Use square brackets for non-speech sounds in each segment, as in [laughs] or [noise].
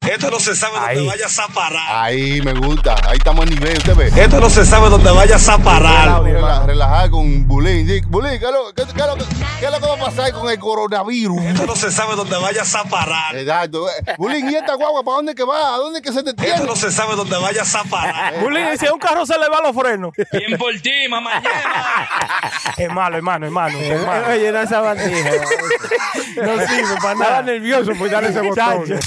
Esto no se sabe dónde Ahí. vayas a parar. Ahí me gusta. Ahí estamos en nivel, usted ve. Esto no se sabe dónde vayas a parar. Rela- Relajada con Bulín. Di- Bulín, ¿qué es lo, qué- qué es lo que- qué es lo que va a pasar con el coronavirus? Esto no se sabe dónde vayas a parar. Exacto. eh. Bulín, ¿y esta guagua para dónde que va? ¿A dónde que se Esto detiene? no se sabe dónde vayas a parar. Bulín, si a un carro se le va los frenos. Bien por ti, mamá. [laughs] Es malo, hermano, hermano. hermano. Oye, no esa bandija. No sirve para nada. nervioso, pues dale ese botón. Eh,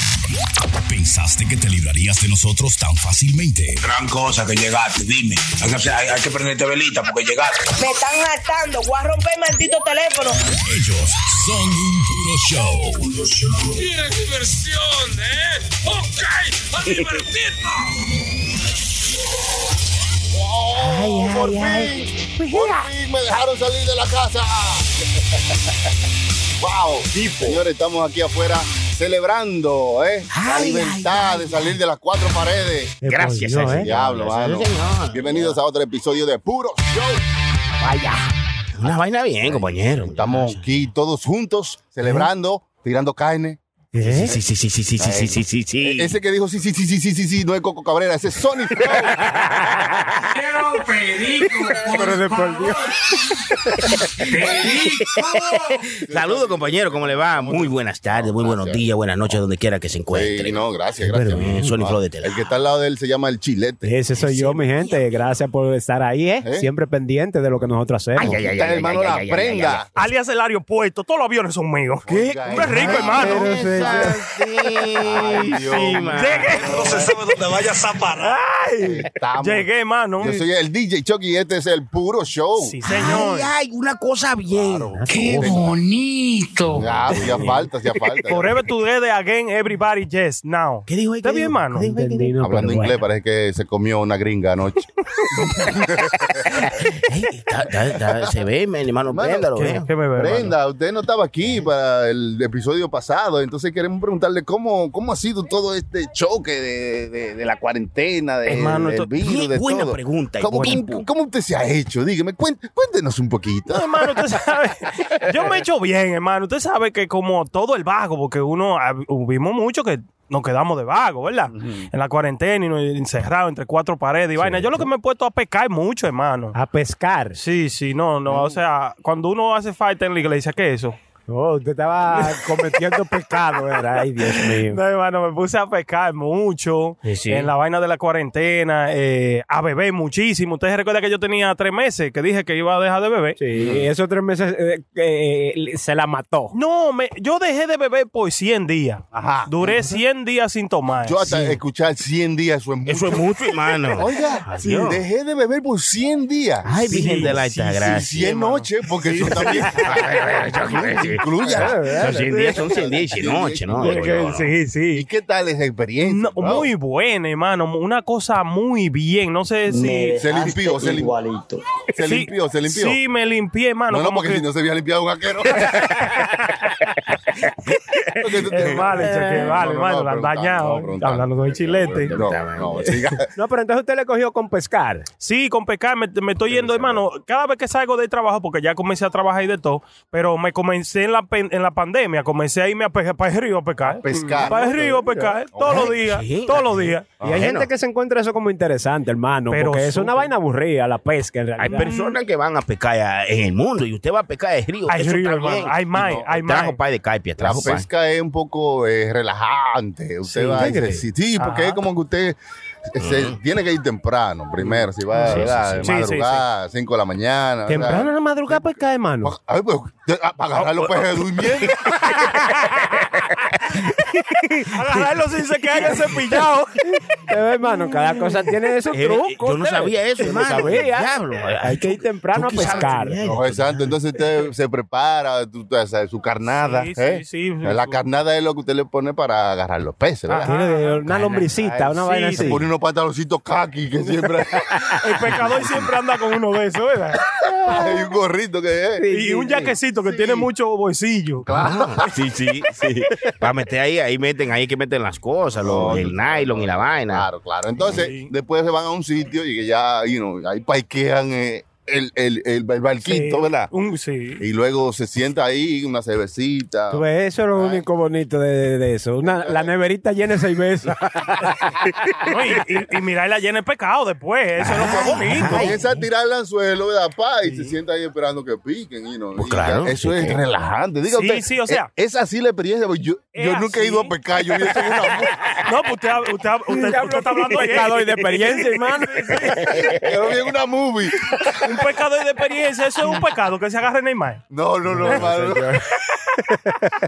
¿Pensaste que te librarías de nosotros tan fácilmente? Gran cosa que llegaste, dime. Hay que, hacer- hay- hay que prenderte velita porque llegaste. Me están hartando. Voy a romper el maldito teléfono. Ellos son un puro show. Tienes diversión, ¿eh? ¡Ok! ¡A divertirnos! Por fin. Pues Por fin me dejaron salir de la casa. [laughs] Wow. Señores, estamos aquí afuera celebrando, ¿eh? La libertad de salir de las cuatro paredes. Gracias, ¿eh? El Diablo, mano. señor. Bienvenidos a otro episodio de Puro Show. Vaya. Una vaina bien, compañero. Estamos aquí todos juntos celebrando, tirando carne. Sí, sí, sí, sí, sí, sí, sí, sí, sí, sí, sí. E- Ese que dijo sí, sí, sí, sí, sí, sí, sí, no es Coco Cabrera, ese es Sony Flow. Quiero perico. Pero de por Dios. [laughs] Saludos, compañero. ¿Cómo le va? Muy buenas tardes, muy buenos días, buenas noches, donde quiera que se encuentre. Sí, no, gracias, gracias. Pero bien, Sony Flow de tela. El que está al lado de él se llama el Chilete. Ese soy yo, mi gente. Gracias por estar ahí, ¿eh? ¿Eh? Siempre pendiente de lo que nosotros hacemos. Ay, ay, ay, Está ay, el hermano ay, La ay, ay, ay, ay, Prenda. Alias el aeropuerto, todos los aviones son míos. ¿Qué? Oiga, Qué rico, ay, hermano. pero- Ay, Dios sí, mío. man. Llegué. Esto no se sabe dónde vayas a parar. Ay, Estamos- llegué, hermano. Yo soy el DJ Chucky y este es el puro show. Sí, señor. Ay, ay, una cosa bien. ¡Qué bonito! Ya, Ah, hacía falta, hacía falta. Forever together again, everybody, yes, now. ¿Qué dijo ahí? ¿Está ¿Qué bien, dijo? hermano? ¿Qué dijo ahí? ¿Qué Entendí, dijo? no, Hablando pero inglés, bueno. parece que se comió una gringa anoche. Ey, está- está- está- Se ve, mi hermano. Mano, Prenda, lo ¿Qué, veo. qué me ve, hermano? Brenda, usted no estaba aquí para el episodio pasado, entonces queremos preguntarle cómo, cómo ha sido todo este choque de, de- de la cuarentena, de, Hermano, del esto- virus, muy de buena todo. pregunta y ¿Cómo, buen cómo- input. cómo usted se ha hecho? Dígame, cuen- cuéntenos un poquito. No, hermano, usted sabe. Yo me he hecho bien, hermano. Usted sabe que como todo el vago, porque uno ah, hubimos mucho que nos quedamos de vago, ¿verdad? En la cuarentena y nos encerrados entre cuatro paredes y vaina. Yo lo que me he puesto a pescar mucho, hermano. A pescar. Sí, sí, no, no. O sea, cuando uno hace falta en la iglesia, ¿qué es eso? Oh, usted estaba cometiendo pecado, era. Ay, Dios mío. No, hermano, me puse a pescar mucho Sí, sí. en la vaina de la cuarentena, eh, a beber muchísimo. Ustedes recuerdan que yo tenía tres meses que dije que iba a dejar de beber. Sí, esos tres meses eh, eh, se la mató. No, me- yo dejé de beber por 100 días. Ajá. Duré 100 días sin tomar. Yo hasta escuchar 100 días, eso es mucho. Eso es mucho, hermano. Oiga, Adiós. dejé de beber por 100 días. Ay, Virgen de la sí, Alta Gracia. Sí, [laughs] 100 noches, porque eso también. Incluya. Son 100 días, son 100 días y noche, ¿no? Digo yo, ¿no? Sí, ¿Y sí. qué tal esa experiencia? No, Wow. Muy buena, hermano. Una cosa muy bien. No sé si. Se limpió, se limpió. Se sí- limpió, se limpió. Sí, me limpié, hermano. no, no, como porque que- si no se había limpiado un vaquero. Porque tú Eh, te- vale, cheque, No, vale, no, hermano, no, la han preguntando, no, dañado. eh, preguntando. hablando con el chilete. No, no, siga. No, pero entonces usted le cogió con pescar. Sí, con pescar me, me estoy yendo, hermano. Cada vez que salgo del trabajo, porque ya comencé a trabajar y de todo, pero me comencé en la, pen- en la pandemia, comencé a irme a pescar, para el río a pescar. Pescar. Para el río a pescar, todos los días, sí. Ah, todos los días. Y hay Ajeno. gente que se encuentra eso como interesante, hermano. Pero porque es una súper. vaina aburrida, la pesca, en Hay realidad. personas que van a pescar a- en el mundo y usted va a pescar de río. Hay Eso río, está hermano. bien. Hay más, No, hay Trajo más. pay de caipia, La trajo pay. pesca es un poco eh, relajante. Usted Sí, va y ¿usted se- cree? sí, sí, porque Ajá. es como que usted se, tiene que ir temprano primero. Si va Sí, sí, ¿verdad? sí, de sí. madrugada, 5 de la mañana. ¿verdad? Temprano en la madrugada pescar, [laughs] hermano. Pa- Ay, pues, te- ah, para agarrar los peces durmiendo. Agarrarlo sin se queden [laughs] cepillados. Eh, hermano, cada cosa tiene esos Eh, eh, trucos. yo no usted. sabía eso, Yo no hermano. sabía. Diablo. Hay que ir temprano a Chucky sabe pescar. enseñar. No, exacto. [laughs] Entonces usted se prepara tu- tu- esa- su carnada. Sí, ¿eh? sí, sí. La carnada es lo que usted le pone para agarrar los peces, ¿verdad? Ajá. Tiene de- una lombricita, una sí, vaina sí. así. Pone unos pantaloncitos kaki que siempre El pescador siempre anda con uno de esos, ¿verdad? [laughs] hay un gorrito que es. Y un jaquecito que tiene mucho bolsillo. Ah, [laughs] sí, sí, sí. Para meter ahí, ahí meten, ahí que meten las cosas, lo- el nylon y la vaina. [laughs] Claro, claro. Entonces, Sí. después se van a un sitio y que ya, you know, ahí paiquean eh, el, el, el, el barquito, Sí. ¿verdad? Un- sí. Y luego se sienta ahí, una cervecita. Tú ves, eso es lo único bonito de, de- de eso. Una- la neverita llena de cerveza. [laughs] No, y, y, y mirar la llena de pecado después. Eso es lo más bonito. Comienza a tirar el anzuelo, ¿verdad? Pa, y se sienta ahí esperando que piquen. you know. Pues Y claro, ya, Eso sí es que- relajante. Diga Sí, usted, sí, o sea- Es, es así la experiencia. porque Yo, Es yo nunca he ido a así. pecar. Yo he hecho [laughs] una No, pues usted, usted, usted, usted, está hablando de ayer. pecador y de experiencia, hermano. [laughs] Yo vi en una movie. Un pecado de experiencia, eso es un pecado que se agarre en Neymar. No, no, no, hermano. No, [laughs]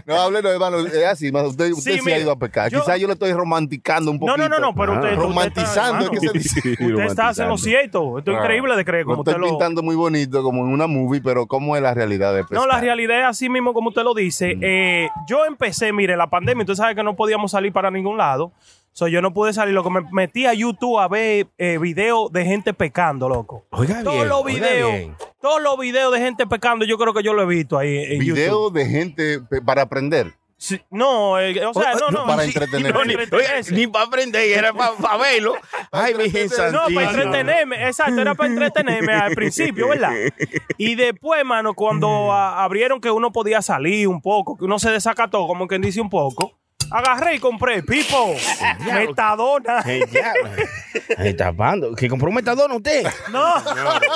no hable, no, hermano. Es así, hermano. Usted, usted sí, mira, ha ido a pecar. yo- Quizás yo le estoy romanticando un No, no, poquito. no, no, pero usted. usted está, Romantizando, hermano, es que se dice. Usted está haciendo lo cierto. Esto es increíble de creer Lo como estoy usted lo. pintando muy bonito, como en una movie, pero ¿cómo es la realidad de pescar? No, la realidad es así mismo como usted lo dice. Mm. Eh, yo empecé, mire, la pandemia, usted sabe que no podíamos salir para ningún lado. So, yo no pude salir, loco. Me metí a YouTube a ver eh, videos de gente pecando, loco. Oiga todos bien, los oiga bien. videos, todos los videos de gente pecando, yo creo que yo lo he visto ahí en YouTube. Video de gente pe- para aprender. Sí, no, eh, o sea, Oh, no, [laughs] oh, no. para sí, entretenerse. para Oye, ni para aprender, era para verlo. Ay, mi No, gente para santísima. entretenerme, exacto, era para entretenerme al principio, ¿verdad? Y después, mano, Mm. cuando a- abrieron que uno podía salir un poco, que uno se desacató, como quien dice un poco, agarré y compré Pipo, Metadona. El diablo. Ay, tapando. Que compró un metadona usted. No,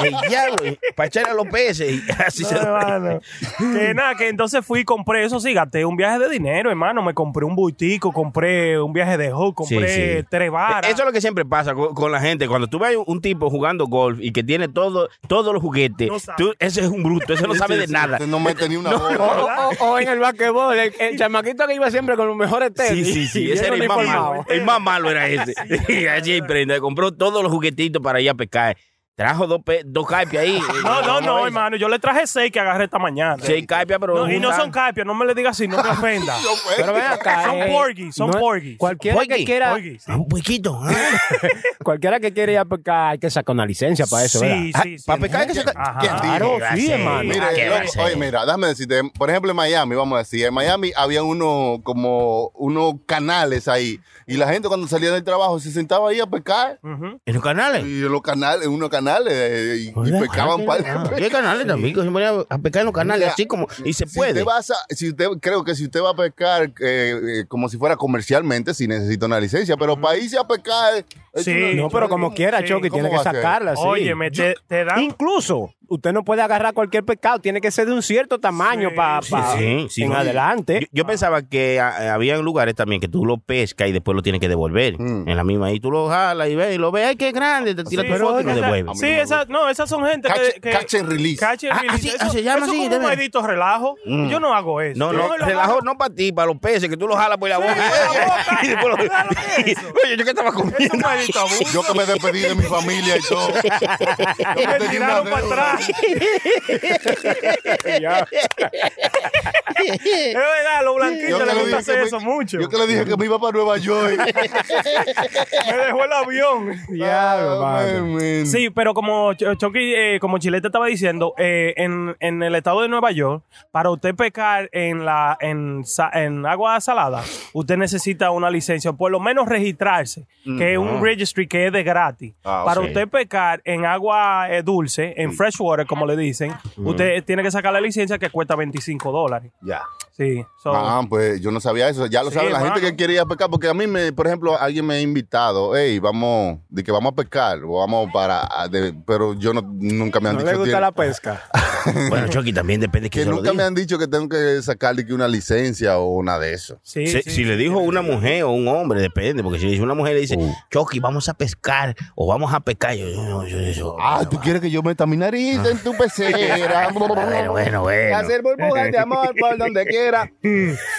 El diablo. Para echar a los peces. y Así se no, [laughs] hermano. Que nada, que entonces fui y compré eso, sí, gasté un viaje de dinero, hermano. Me compré un bultico, compré un viaje de hook, Sí, compré sí. tres varas. Eso es lo que siempre pasa con, con la gente. Cuando tú ves un tipo jugando golf y que tiene todo, todos los juguetes, No sabe. tú- ese es un bruto, ese no sabe de nada. Usted No mete [laughs] ni una bola. O, o- o en el basquetbol, el, el chamaquito que iba siempre con los mejores Sí, tenis. sí, sí, y ese él era el más uniformado. malo. El más malo era ese. Y [laughs] allí prende, compró todos los juguetitos para ir a pescar. Trajo dos, pe- dos caipias ahí. No, no, no, Vamos a ver. hermano. Yo le traje seis que agarré esta mañana. Seis caipias, pero. No, y no juntan- son capias, no me le digas así, no [laughs] me ofenda. pues, Pero ven acá. Son eh, porgy, son porgy. Cualquiera Porgy, que quiera, Oye, sí. Ah, Un huequito. ah. cualquiera que quiera ir a pescar, hay que sacar una licencia para eso, Sí, ¿verdad? sí, Ah, sí. Para pescar hay que sacar. Ajá. ¿Quién dijo? Claro, ¿Qué va a sí, ser? hermano. Ah, Mira, ¿qué loco, va a ser? oye, mira, déjame decirte, por ejemplo en Miami, vamos a decir, en Miami había unos como unos canales ahí y la gente cuando salía del trabajo se sentaba ahí a pescar Ujú. En los canales. y los canales, unos canales eh, y, y pecaban par de Ah, veces. [laughs] y hay canales también, que se ponían a pescar en los canales, Mira, así como. Y se Si puede. usted vas a- si usted, creo que si usted va a pescar eh, eh, como si fuera comercialmente, si necesita una licencia, pero para irse a pescar. es Sí. una- No, pero como quiera, Sí, Chucky, ¿cómo tiene que va a ser? sacarla. sí. Óyeme, te, te dan. Incluso, usted no puede agarrar cualquier pescado, tiene que ser de un cierto tamaño Sí, para sí, sí, sí, en no, y- adelante. Yo, yo pensaba que ah, había lugares también que tú lo pescas y después lo tienes que devolver. En la misma, ahí tú lo jalas y ves, y lo ves, ay, qué grande, te tiras Sí, tu pero foto y lo oiga, esa- devuelves. Sí, esas, no, esas son gente Catch- que, que. catch and release. Catch and Ah, release. así- Eso- ah, se llama eso así, como un debe. Mm. maldito relajo. Yo no hago eso. No, Yo no, me lo relajo agarro- no para ti, para los peces, que tú los jalas por la Sí, boca. por la boca. Y después lo- Claro que eso. [laughs] Oye, yo que estaba Es un comiendo. maldito abuso. Yo que me despedí de mi familia y todo. Yo Me tenía tiraron una para deuda. atrás. [laughs] [laughs] Es verdad, los Yo blanquitos que les le gusta dije hacer que me- eso mucho. Yo que le dije que me iba para Nueva York. Me dejó el [laughs] avión. Ah, Diablo, Ay, mano. man. Sí, pero como Ch- Chucky, eh, como Chilete estaba diciendo, eh, en, en el estado de Nueva York, para usted pecar en la en, sa- en agua salada, usted necesita una licencia, o por lo menos registrarse, que es un registry que es de gratis. Ah, para ok. usted pecar en agua eh, dulce, en freshwater, como le dicen, usted tiene que sacar la licencia que cuesta 25 dólares. Ya. Sí. so- Ah, pues yo no sabía eso. Ya lo Sí, sabe la gente hermano. que quiere ir a pescar. Porque a mí, me, por ejemplo, alguien me ha invitado. Hey, vamos, de que vamos a pescar. O vamos para. a- de- pero yo no, nunca me han No dicho. le gusta tiene- la pesca. Bueno, Chucky, también depende de que quién se lo nunca me diga. han dicho que tengo que sacar de que una licencia o una de eso. sí, Si, sí. si le dijo una mujer o un hombre, depende, porque si le dice una mujer, le dice, Chucky, vamos a pescar o vamos a pescar. Yo, yo, yo, yo, yo- Ah, yo- tú quieres que yo meta mi nariz en [laughs] tu pecera. Bueno, bueno, bueno. Hacer burbujas de amor por donde quiera.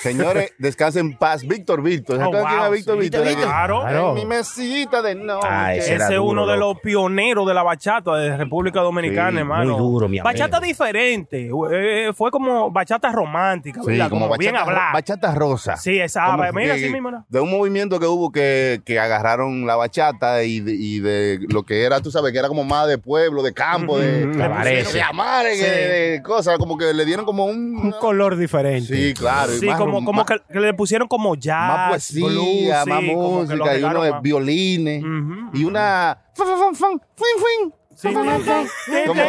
Señores, descansen en paz. Víctor, Víctor. ¿Se Oh, acuerdan quién era wow, Víctor, sí. Víctor? Víctor, Claro. En mi mesita de noche. Ah, ese era Ese es duro, uno de loco. los pioneros de la bachata de República Dominicana, Sí, hermano. muy duro, mi amigo. Bachata diferente. eh, fue como bachata romántica, Sí, ¿verdad? como Como, bien bachata- hablada. Bachata rosa. Sí, esa. Como Mira, que- así mismo. ¿no? De un movimiento que hubo que, que agarraron la bachata y de, y de lo que era, tú sabes, que era como más de pueblo, de campo, de, Ujú, de, parece. de amare, que- de, cosas, como que le dieron como un... Un color diferente. sí, claro. y Sí, más- como, como más- que, que le pusieron como jazz, más poesía, blues, sí, más como que lo música, y arreglaron unos más. violines, Ujú. y una... fan, fan, fan, fin, fin. Como,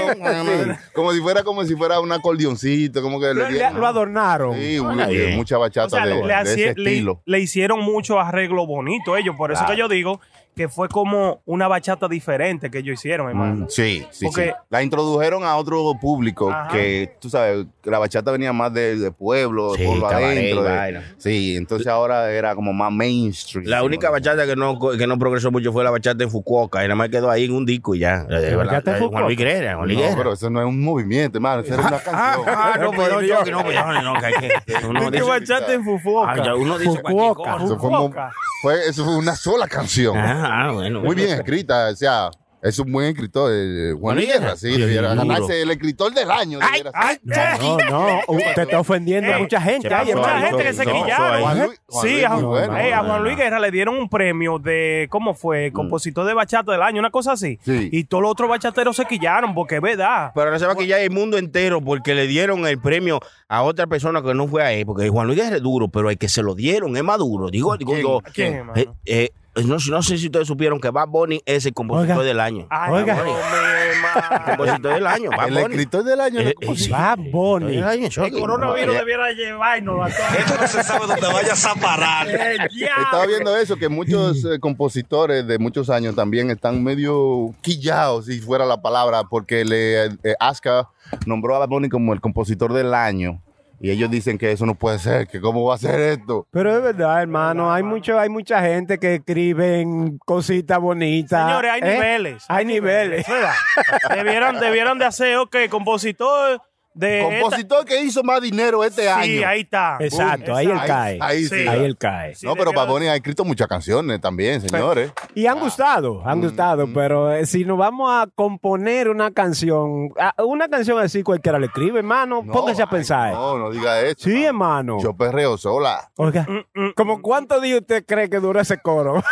como si fuera como si fuera un acordeoncito, como que Lo, le le- dieron. lo adornaron. Sí, Suena muy- bien. mucha bachata O sea, de, le, de haci- ese le- estilo. le hicieron muchos arreglos bonitos ellos. Por eso Claro. que yo digo que fue como una bachata diferente que ellos hicieron, hermano. Sí, sí, Porque- sí. La introdujeron a otro público Ajá. que, tú sabes, que la bachata venía más de, de pueblo, Sí, de pueblo cabaret, adentro. de- vaina. sí, entonces ahora era como más mainstream. La única bachata que no, que no progresó mucho fue la bachata de Fukuoka. Y nada más quedó ahí en un disco y ya. La de- ¿La la- bachata de la de Juan Fukuoka? Luis Guerra, Juan Luis No, Guerra. pero eso no es un movimiento, hermano. Eso era una Ah, [laughs] canción. no, perdón, yo que no, perdón, no, que- [laughs] que- uno ¿Qué dice- bachata en Fufuoka? Ay, Ah, ya uno dice cualquier Fukuoka. cosa. Eso fue, mo- Fukuoka. fue- eso fue una sola canción. Ah, ah, bueno. Muy bien escrita, o sea, es un buen escritor. eh, Juan Juan Guerra, Guerra. sí, Oye, debiera duro. ganarse el escritor del año. debiera ser. No, no, u- te está ofendiendo a Eh, mucha gente. se Ay, pasó hermano. Mucha ahí, gente que se no, quillaron. eso Juan Luis- Juan Sí, Luis a muy Juan, bueno. eh, a Juan no. Luis Guerra le dieron un premio de, ¿cómo Mm. fue? Compositor de bachata del año, una cosa así. Sí. Y todos los otros bachateros se quillaron, porque es verdad. Pero no se va que ya el mundo entero porque le dieron el premio a otra persona que no fue a él. Porque Juan Luis Guerra es duro, pero el que se lo dieron es Maduro. Digo, digo ¿Quién? yo. ¿Quién, eh, hermano? eh, no, no sé si ustedes supieron que Bad Bunny es el compositor Oiga. del año. Ay, Oiga. Dios mío, hermano. Compositor del año, Bad El Bunny. escritor del año. Eh, ¿no? eh, ¿Cómo se- sí. Bad Compositor Bunny. del año, El shocking. coronavirus Eh, debiera llevarnos a todos. Esto no se sabe dónde vayas a parar. Eh, diablo. [laughs] Estaba viendo eso, que muchos eh, compositores de muchos años también están medio quillados, si fuera la palabra, porque le, eh, Aska nombró a Bad Bunny como el compositor del año. Y ellos dicen que eso no puede ser, que cómo va a ser esto. Pero es verdad, hermano, hay mucho, hay mucha gente que escriben cositas bonitas. Señores, hay ¿eh? niveles. Hay niveles. ¿verdad? debieran, debieran de hacer, ok, compositor de... Eh, esta- Compositor que hizo más dinero este año. Sí, ahí está. Exacto, ahí él Ahí- cae. ahí sí. Ahí él cae. Sí, No, pero debieron- Bad Bunny ha escrito muchas canciones también, señores. Y han gustado, han gustado, pero eh, si nos vamos a componer una canción, a- una canción así cualquiera le escribe, hermano, No, póngase a ay, pensar. No, no diga eso. Sí, hermano. Yo perreo sola. Oiga, Mm, ¿como cuántos días usted cree que duró ese [laughs] coro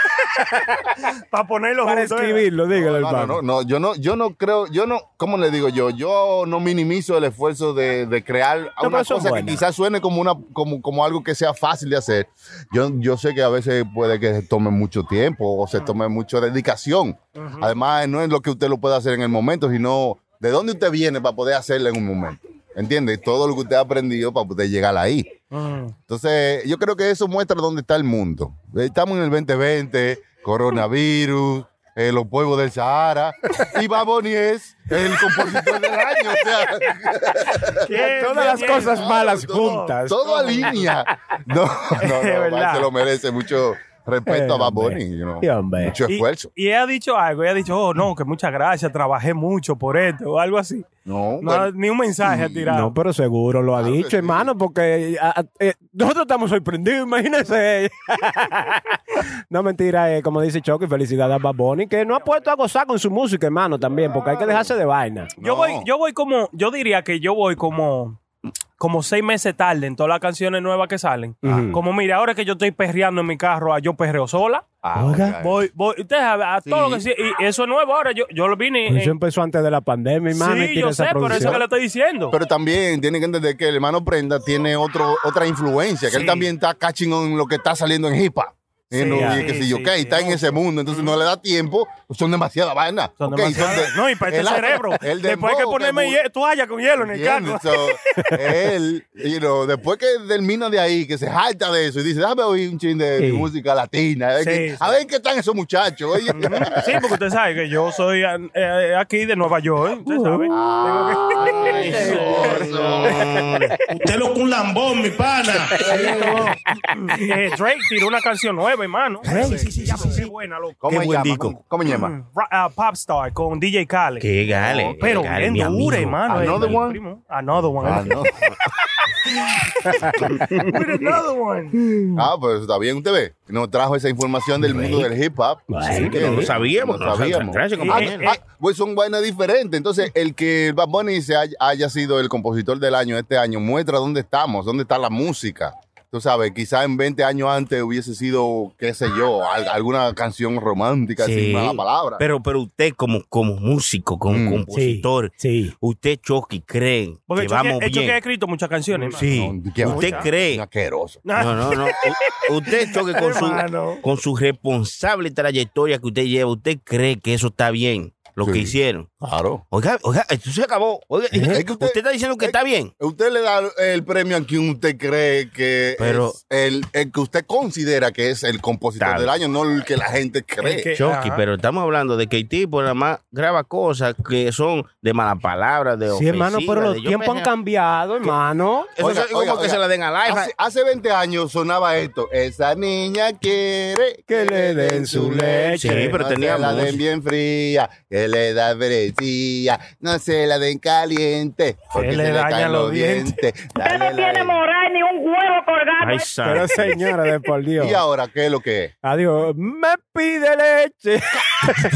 Para ponerlo para junto, ¿eh? escribirlo? No, Dígalo, no, no, hermano. no, yo no, yo no creo, yo no, ¿cómo le digo yo? Yo no minimizo el esfuerzo de, de crear pero una son cosa que buenas. quizás suene como una, como, como algo que sea fácil de hacer. Yo, yo sé que a veces puede que se tome mucho tiempo o se tome mucha dedicación. Además, no es lo que usted lo puede hacer en el momento, sino de dónde usted viene para poder hacerlo en un momento. ¿Entiendes? Todo lo que usted ha aprendido para poder llegar ahí. Entonces, yo creo que eso muestra dónde está el mundo. Estamos en el 2020, coronavirus, eh, los pueblos del Sahara, y Baboni es el compositor del año. O sea, Qué Todas las bien. cosas malas todo- juntas. [laughs] Todo alinea. No, no, Es no, verdad. se lo merece mucho respeto a Eh, hombre. Baboni. Sí, hombre. Mucho Y- esfuerzo. Y, ella ha dicho algo, ella ha dicho, oh, no, que muchas gracias, trabajé mucho por esto, o algo así. No, No, bueno, ni un mensaje ha tirado. No, pero seguro lo ha Claro que dicho, Ah, sí. hermano, porque eh, a- eh, nosotros estamos sorprendidos, imagínense. [laughs] no, mentira, eh, como dice Choco, y felicidades a Baboni, que no ha puesto a gozar con su música, hermano, también, porque hay que dejarse de vaina. yo, no. voy, yo voy como, yo diría que yo voy como, como seis meses tarde en todas las canciones nuevas que salen. Ujú. Como mira, ahora que yo estoy perreando en mi carro, a yo perreo sola. Ah, Oiga. ok. Voy, voy, ustedes a, a todo lo que sí, y eso es nuevo ahora. Yo, yo lo vine. en- Eso empezó antes de la pandemia, hermano, y sí, tiene yo sé, esa por eso producción. que le estoy diciendo. Pero también tienen que entender que el hermano Prenda tiene otro, otra influencia, que Sí. él también está catching on lo que está saliendo en hip hop. Y Sí, no- ya. y qué sé Sí, yo, sí, que sí. Mm. está en ese mundo, entonces no le da tiempo, son demasiadas vainas. Son Ok, demasiadas- son de- no, y para el este afro- cerebro. el Después hay que dembow, ponerme mu- hie- toalla con hielo en el ¿Entiendes? carro. So, él, you know, después que termina de ahí, que se jalta de eso y dice, déjame oír un chin de Sí. música latina, a ver, Sí, qué, sí. a ver qué están esos muchachos. oye. Mm, Sí, porque usted sabe que yo soy eh, eh, aquí de Nueva York. ¿eh? Usted sabe. Uh. Ay, señor. Usted lo que un lambón, mi pana. Eh, Drake tiró una canción nueva, hermano. Sí, sí, sí, sí, sí, buena, loco. ¿Cómo Qué se buen llama? disco. ¿Cómo- ¿Cómo se llama? Ra- ah, Popstar con DJ Khaled. Oh, Qué gale. qué Pero gale, bien mi amigo. dura, hermano. eh, Another mi one? primo. Another one. Ah, no. [laughs] With another one. Ah, pues está bien, usted ve. Nos trajo esa información del mundo del hip hop. ¿eh? Sí, que no lo sabíamos. No No lo lo sabíamos. Gracias, Ah, compañero. ah, pues son vainas diferentes. Entonces, el que Bad Bunny se haya, haya sido el compositor del año este año muestra dónde estamos, dónde está la música. Tú sabes, quizás en 20 años antes hubiese sido, qué sé yo, al- alguna canción romántica sin mala palabra. Pero, pero usted como, como músico, como Mm. compositor, Sí. usted, Chucky, cree [laughs] Porque que Chucky- vamos el Chucky ha bien. escrito muchas canciones. Sí. No, ¿qué va? ¿Usted Oye, cree? un asqueroso. No, no, no. U- Usted, Chucky, con Hermano. su, con su responsable trayectoria que usted lleva, ¿usted cree que eso está bien? Lo Sí. que hicieron. Claro. Oiga, oiga, esto se acabó. Oiga, Es que usted, usted- está diciendo que es- está bien. Usted le da el premio a quien usted cree que Pero- es el, el que usted considera que es el compositor Está del año, no el que la gente cree. Es que- Chucky, ajá. pero estamos hablando de que el tipo nada más graba cosas que son de malas palabras, de Sí, hermano, ofensivas, pero de los yo tiempos han pejeo. cambiado, hermano. Eso Oiga, es como oiga, que oiga. se la den a live. Hace, hace 20 años sonaba esto. Esa niña quiere Que le den su leche. Sí, pero no se la teníamos- den bien fría, que le da brecía, no se la den caliente, porque Que le se le dañan caen los los dientes. dientes. Dale la- moral ni un huevo Ah, colgado. Ay, santo. [laughs] Pero señora, de por [laughs] Dios. ¿Y ahora qué es lo que es? Adiós. Me pide leche. [laughs]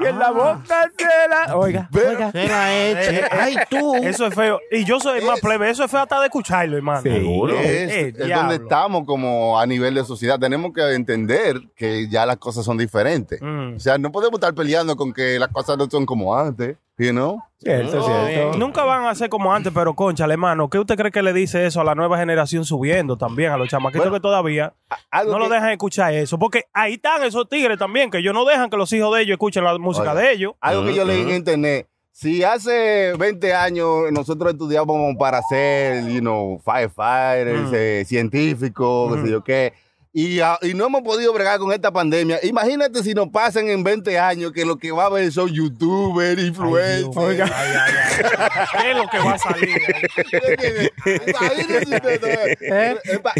y en Ah. la boca se la. Oiga, oiga. Se la eche. este. Ay, tú. Eso es feo. Y yo soy el más plebe. Eso es feo hasta de escucharlo, hermano. Sí. Seguro. Es, Eh, es diablo. donde estamos como a nivel de sociedad. Tenemos que entender que ya las cosas son diferentes. Mm. O sea, no podemos estar peleando con que las cosas no son como antes, you know? Cierto, cierto. Nunca van a ser como antes, pero concha, hermano, ¿qué usted cree que le dice eso a la nueva generación subiendo también, a los chamaquitos que todavía Algo no lo que- dejan escuchar eso? Porque ahí están esos tigres también, que ellos no dejan que los hijos de ellos escuchen la música Oiga. de ellos. Algo que yo leí en internet. Si hace 20 años nosotros estudiábamos para ser, you know, firefighters, Mm. eh, científicos, qué sé yo qué, y, ah, y no hemos podido bregar con esta pandemia. Imagínate si nos pasan en 20 años que lo que va a haber son youtubers, influencers. Ay, ay, ay. ¿Qué es lo que va a salir? ahí? Imagínense ustedes, eh, eh, pa-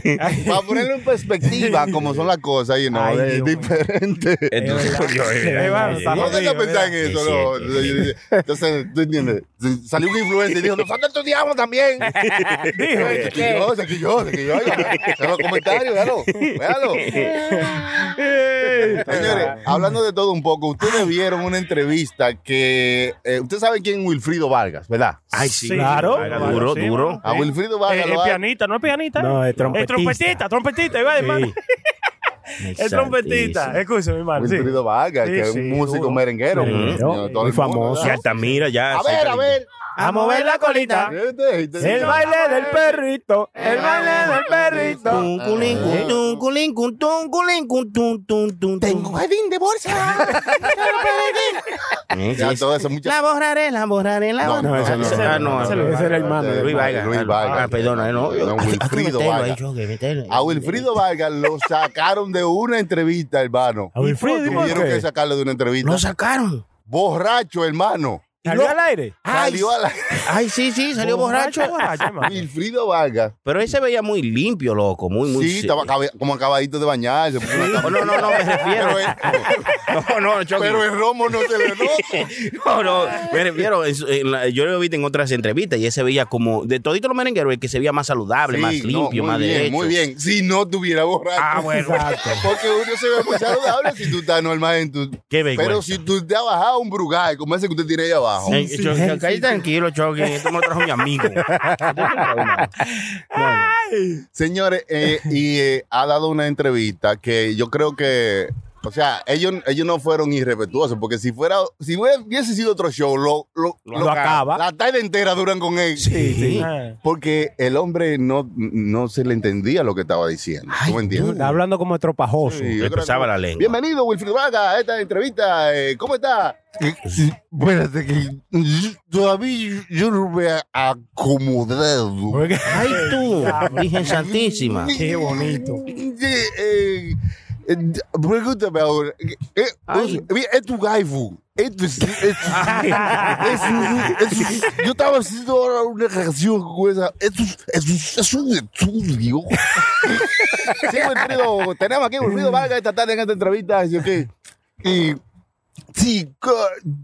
Para ponerlo [laughs] en perspectiva, como son las cosas, you know, Ay, es Dios mío. [laughs] diferente. Ahí va, está No te jodido, a pensar ¿verdad? en ¿verdad? eso, no. Sí, Entonces, tú entiendes. Si Salió un influencer y dijo, nosotros estudiamos también. [laughs] Dijo. Se quilló, se quilló, se quilló. En los comentarios, véalo, [laughs] véalo. Señores, hablando de todo un poco, ustedes vieron una entrevista que... eh, ustedes saben quién es Wilfrido Vargas, ¿verdad? Ay, sí. Claro. Haga Duro, Sí, duro. A Wilfrido Vargas Eh, lo es ha- pianista, no es pianista. No, es Eh, trompetista. trompetista, trompetista, iba, hermano. Sí. Es eh. trompetista. Escúchame, hermano. Ah, sí. Wilfrido Vargas, Sí, que es sí, un músico duro. merenguero. Merenguero, señor, todo muy el mundo, famoso. Ya ¿verdad? está, mira, ya. A ver, a ver. A mover la colita. El baile del perrito. El baile del perrito. Tengo jardín de [laughs] bolsa. Ya todo eso, muchas La borraré, la borraré, la No, borraré. no, ese no, Ah, no, ese no. no. Ese era el hermano. Luis Vargas. Luis Vargas. Ah, perdona, eh, no. No, Ah, Wilfrido ah, mételo ahí, Vargas. Choque, mételo. A Wilfrido Vargas lo sacaron de una entrevista, hermano. A Wilfrido, ¿y Ah, por Tuvieron qué? que sacarlo de una entrevista. Eh, Lo sacaron. Borracho, hermano. ¿Salió al aire? Ay, Salió a la... Ay, sí, sí, salió borracho. borracho, hermano. Wilfrido Vargas. Pero él se veía muy limpio, loco, muy, muy. Sí, estaba acabe- como acabadito de bañarse. puso una No, no, no, no, me refiero. Pero, el, [laughs] No, no, Chucky. pero el romo no [laughs] se le nota. No, no, me refiero, en su- en la- yo lo vi en otras entrevistas y ese veía como, de todito los merengueros, el que se veía más saludable, más Sí, no, limpio, muy más bien, derecho. Muy bien, si no tuviera borracho. Ah, bueno. [laughs] Porque uno se ve muy saludable si tú estás normal en tu... Qué Pero vergüenza. si tú te has bajado un brugal como ese que usted tiene ahí abajo. Eh, Chucky, cállate tranquilo, Chucky, esto me lo trajo mi amigo. [laughs] Señores, eh, y eh, ha dado una entrevista que yo creo que, o sea, ellos, ellos no fueron irrespetuosos, porque si fuera, si hubiera- hubiese sido otro show, lo, lo, Lo acaba. La tarde entera duran con él. Sí. Ah. Porque el hombre no, no se le entendía lo que estaba diciendo. ¿Tú entiendes? Está hablando como estropajoso. Sí, yo Le creo pesaba que- la lengua. Bienvenido, Wilfrido Vaga, a esta entrevista. eh, ¿Cómo está? Espérate, que todavía yo no me he acomodado. Oiga, Ay, tú, Virgen Santísima. Qué bonito. Eh, eh, eh, pregúntame ahora. eh, eh, Ay. o sea, es tu gaifu. Es tu- es- É es- es- es- yo estaba haciendo ahora una reacción con esa. Es, es, es un estudio. sí, Wilfrido. Tenemos aquí a Wilfrido Vargas esta tarde en esta entrevista. Así que, y, sí, co-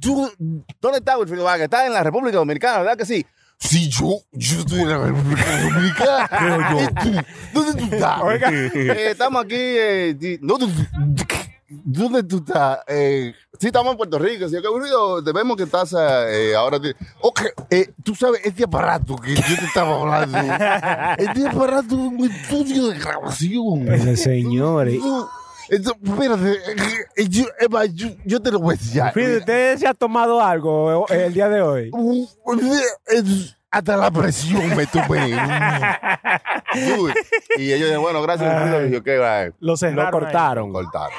tú- [laughs] ¿dónde está Wilfrido Vargas? Está en la República Dominicana, ¿verdad que sí? Sí, yo, yo estoy en la República Dominicana. ¿Y tú? ¿Dónde tú estás? Eh, estamos aquí. eh, di- no, tú- ¿Dónde tú estás? Eh, sí, estamos en Puerto Rico. Sí, qué aburrido. Te vemos que estás eh, ahora. te- Ok, eh, tú sabes, este aparato que yo te estaba hablando. este aparato es un estudio de grabación. Pero, Pues, señores. Tú- entonces, espérate, eh, eh, yo, Emma, yo, yo te lo voy a decir. ya. Fide, ¿usted se ha tomado algo eh, el día de hoy? Uh, uh, es- Hasta la presión me tuve. y ellos dicen, bueno, gracias. Wilfrido. Y yo, ok, bye. Lo Lo cerraron. ahí. cortaron. Cortaron.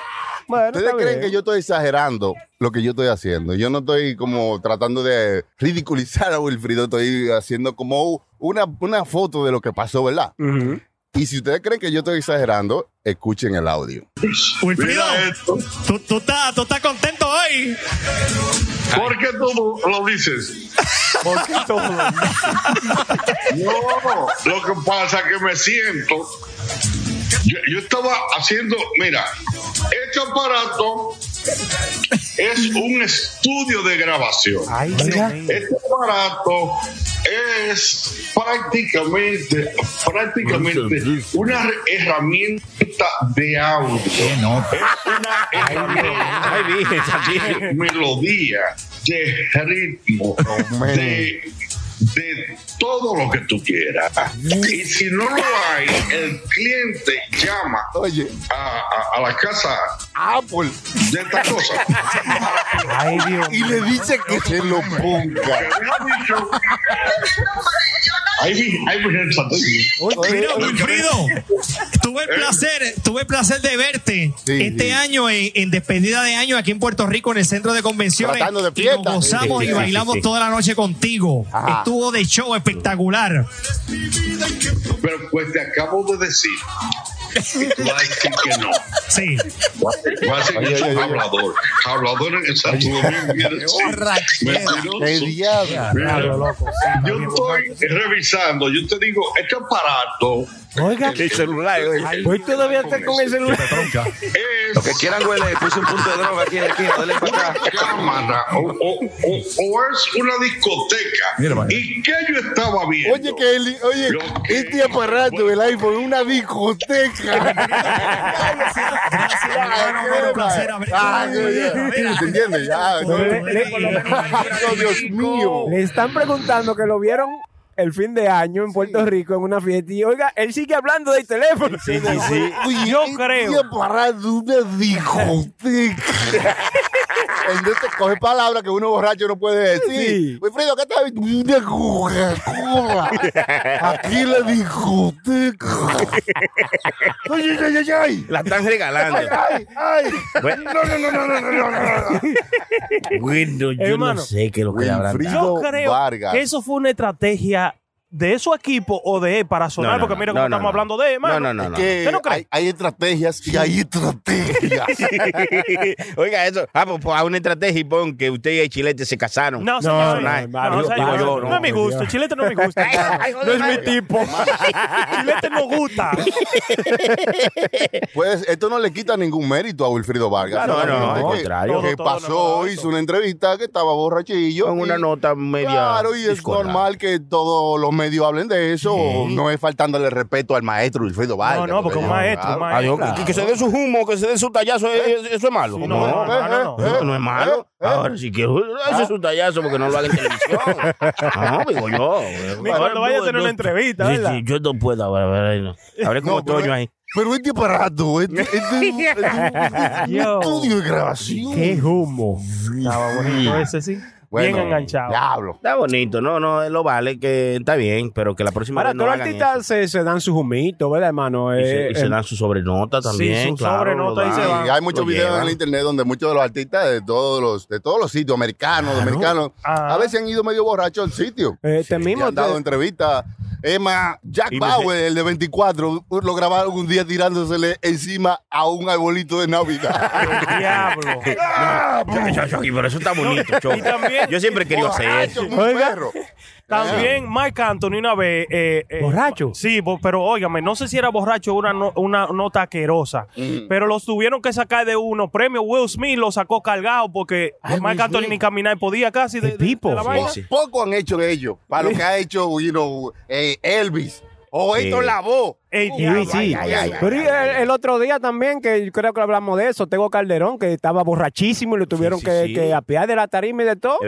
Bueno, ¿Ustedes está creen bien. que yo estoy exagerando lo que yo estoy haciendo? Yo no estoy como tratando de ridiculizar a Wilfrido, estoy haciendo como una, una foto de lo que pasó, ¿verdad? Ujú. Y si ustedes creen que yo estoy exagerando, escuchen el audio. Wilfrido, tú, tú estás, tú estás contento hoy. ¿Por qué tú lo dices? ¿Por qué todo? No, lo que pasa es que me siento. Yo, yo estaba haciendo, mira, este aparato es un estudio de grabación. Ay, Dios mío. Este aparato es prácticamente, prácticamente una herramienta de audio. Es una herramienta Ay, virgen, Santísimo. de melodía, de ritmo, de, de todo lo que tú quieras. Y si no lo hay, el cliente llama Oye, a, a- a la casa Apple. de esta cosa. Ay, Dios Y le dice que se lo ponga. Ahí vi, ahí vi el santísimo. Mira, Wilfrido, tuve el placer, tuve el placer de verte Eh. Sí, este sí. año en, en despedida de año aquí en Puerto Rico en el centro de convenciones. Tratando de Y fiesta. nos gozamos Sí, sí, sí, y bailamos sí. toda la noche contigo. Ajá. Estuvo de show espectacular. Pero pues te acabo de decir. Y tú vas a decir que no. Sí. Vas a decir que Ay, soy ay, ay, ay. hablador. Hablador en el Santo Domingo. Mira, sí. Mentiroso. ¡Qué diablo! Mira, loco. Yo estoy revisando, yo te digo, este aparato Oiga, El celular. eh. güey. hoy todavía está con el celular. es Lo que quieran, güey, le puse un punto de droga aquí en la esquina, dale para una acá. cámara o, o- o- o es una discoteca. ¿Y qué yo estaba viendo? Oye, que el, oye, Lo que- este aparato, el iPhone, una discoteca. hermano, hermano, un placer haber- Ah, ya, ya. ¿Te entiendes? Ya, no. Le- le- Ay, Dios mío. Le están preguntando que lo vieron el fin de año en Puerto Rico en una fiesta y oiga, él sigue hablando del teléfono. Sí, sí, sí. Oye, Yo este creo. aparato, una discoteca. Entonces coge palabras que uno borracho no puede Sí. decir. Wilfrido, ¿qué estás viendo? Una Coca-Cola. Aquí en la discoteca. Oye, ay, ay, ay. La están regalando. Ay, ay. Bueno, No, no, no, no, no, no, no, no. bueno, yo Hermano. no sé qué es lo que le habrán Winfrey. dado. Yo Guido creo Vargas. que eso fue una estrategia de su equipo o de él para sonar, No, no, porque no, mira no, cómo no, estamos no. hablando de E, él, No, mano. no, no, no. Que ¿Usted no cree? hay, hay estrategias y hay [laughs] estrategias. [laughs] Oiga, eso. Ah, pues, pues, a una estrategia y pon que usted y el chilete se casaron. No, No, señor. no, no, hermano, señor. digo yo, No no, es mi gusto. Dios. Chilete no me [laughs] gusta. hermano. No es mi tipo. Chilete no gusta. Pues esto no le quita ningún mérito a Wilfrido Vargas. Claro, no, no, al Que- contrario. Todo, Que todo, pasó, no, no, hizo una entrevista que estaba borrachillo. Con una y- nota media. Claro, y es discordante. normal que todos los medios hablen de eso. No es faltándole el respeto al maestro Wilfrido Vargas. No, no, porque un maestro, un Ah, yo- maestro. que, que se dé su humo, que se dé su tallazo, eh, eso es malo. Sí, ¿Cómo no, no, no? no, no, Eh, no. No, no es malo. Ahora, si quiero, ese Ah. es un tallazo porque no lo haga en [laughs] televisión. Ah, No, digo yo. Ni cuando vaya a tener Yo- una entrevista, Sí, ¿verdad? sí, yo no puedo. Habré como No, pero- Toño ahí. Pero este aparato, este, este es un- [laughs] es un- un Yo. estudio de grabación. humo. Estaba bonito ese, sí. Bueno, Bien enganchado. Diablo. Está bonito, no, no, él lo vale, que está bien, pero que la próxima Ahora, vez no todos los hagan eso. artistas se, se dan sus humitos, ¿verdad, hermano? Y, se, Eh, y se eh, dan su sobrenota sí, también, su claro, sobrenota lo y se dan. van. Y hay muchos Lo videos en llevan. el internet donde muchos de los artistas de todos los, de todos los sitios, americanos, dominicanos, Ah. a veces han ido medio borrachos al sitio. eh, este Y mismo han dado te- entrevistas. Emma, Jack Y me- Bauer, el de 24, lo grabaron un día tirándosele encima a un arbolito de Navidad. [laughs] Diablo. Yo- yo- yo- pero eso [laughs] está bonito, Choco. también- Yo siempre he querido hacer Borracho, eso. como un Oiga. perro. También Mike Anthony una vez. eh, eh, ¿Borracho? Sí, bo- pero óigame, no sé si era borracho o una, no- una nota asquerosa. Mm. Pero los tuvieron que sacar de uno. Premio Will Smith lo sacó cargado porque Ay, Mike Will Anthony Smith. ni caminar podía casi. De, de- El de tipo. la Sí, vaina. Po- Poco han hecho de ellos para lo que ha hecho you know, eh, Elvis o Héctor Lavoe. Ey, Sí, diablo. sí. Pero y el, el otro día también, que yo creo que hablamos de eso, Tego Calderón, que estaba borrachísimo y lo tuvieron sí, que, sí. que apiar de la tarima y de todo. Es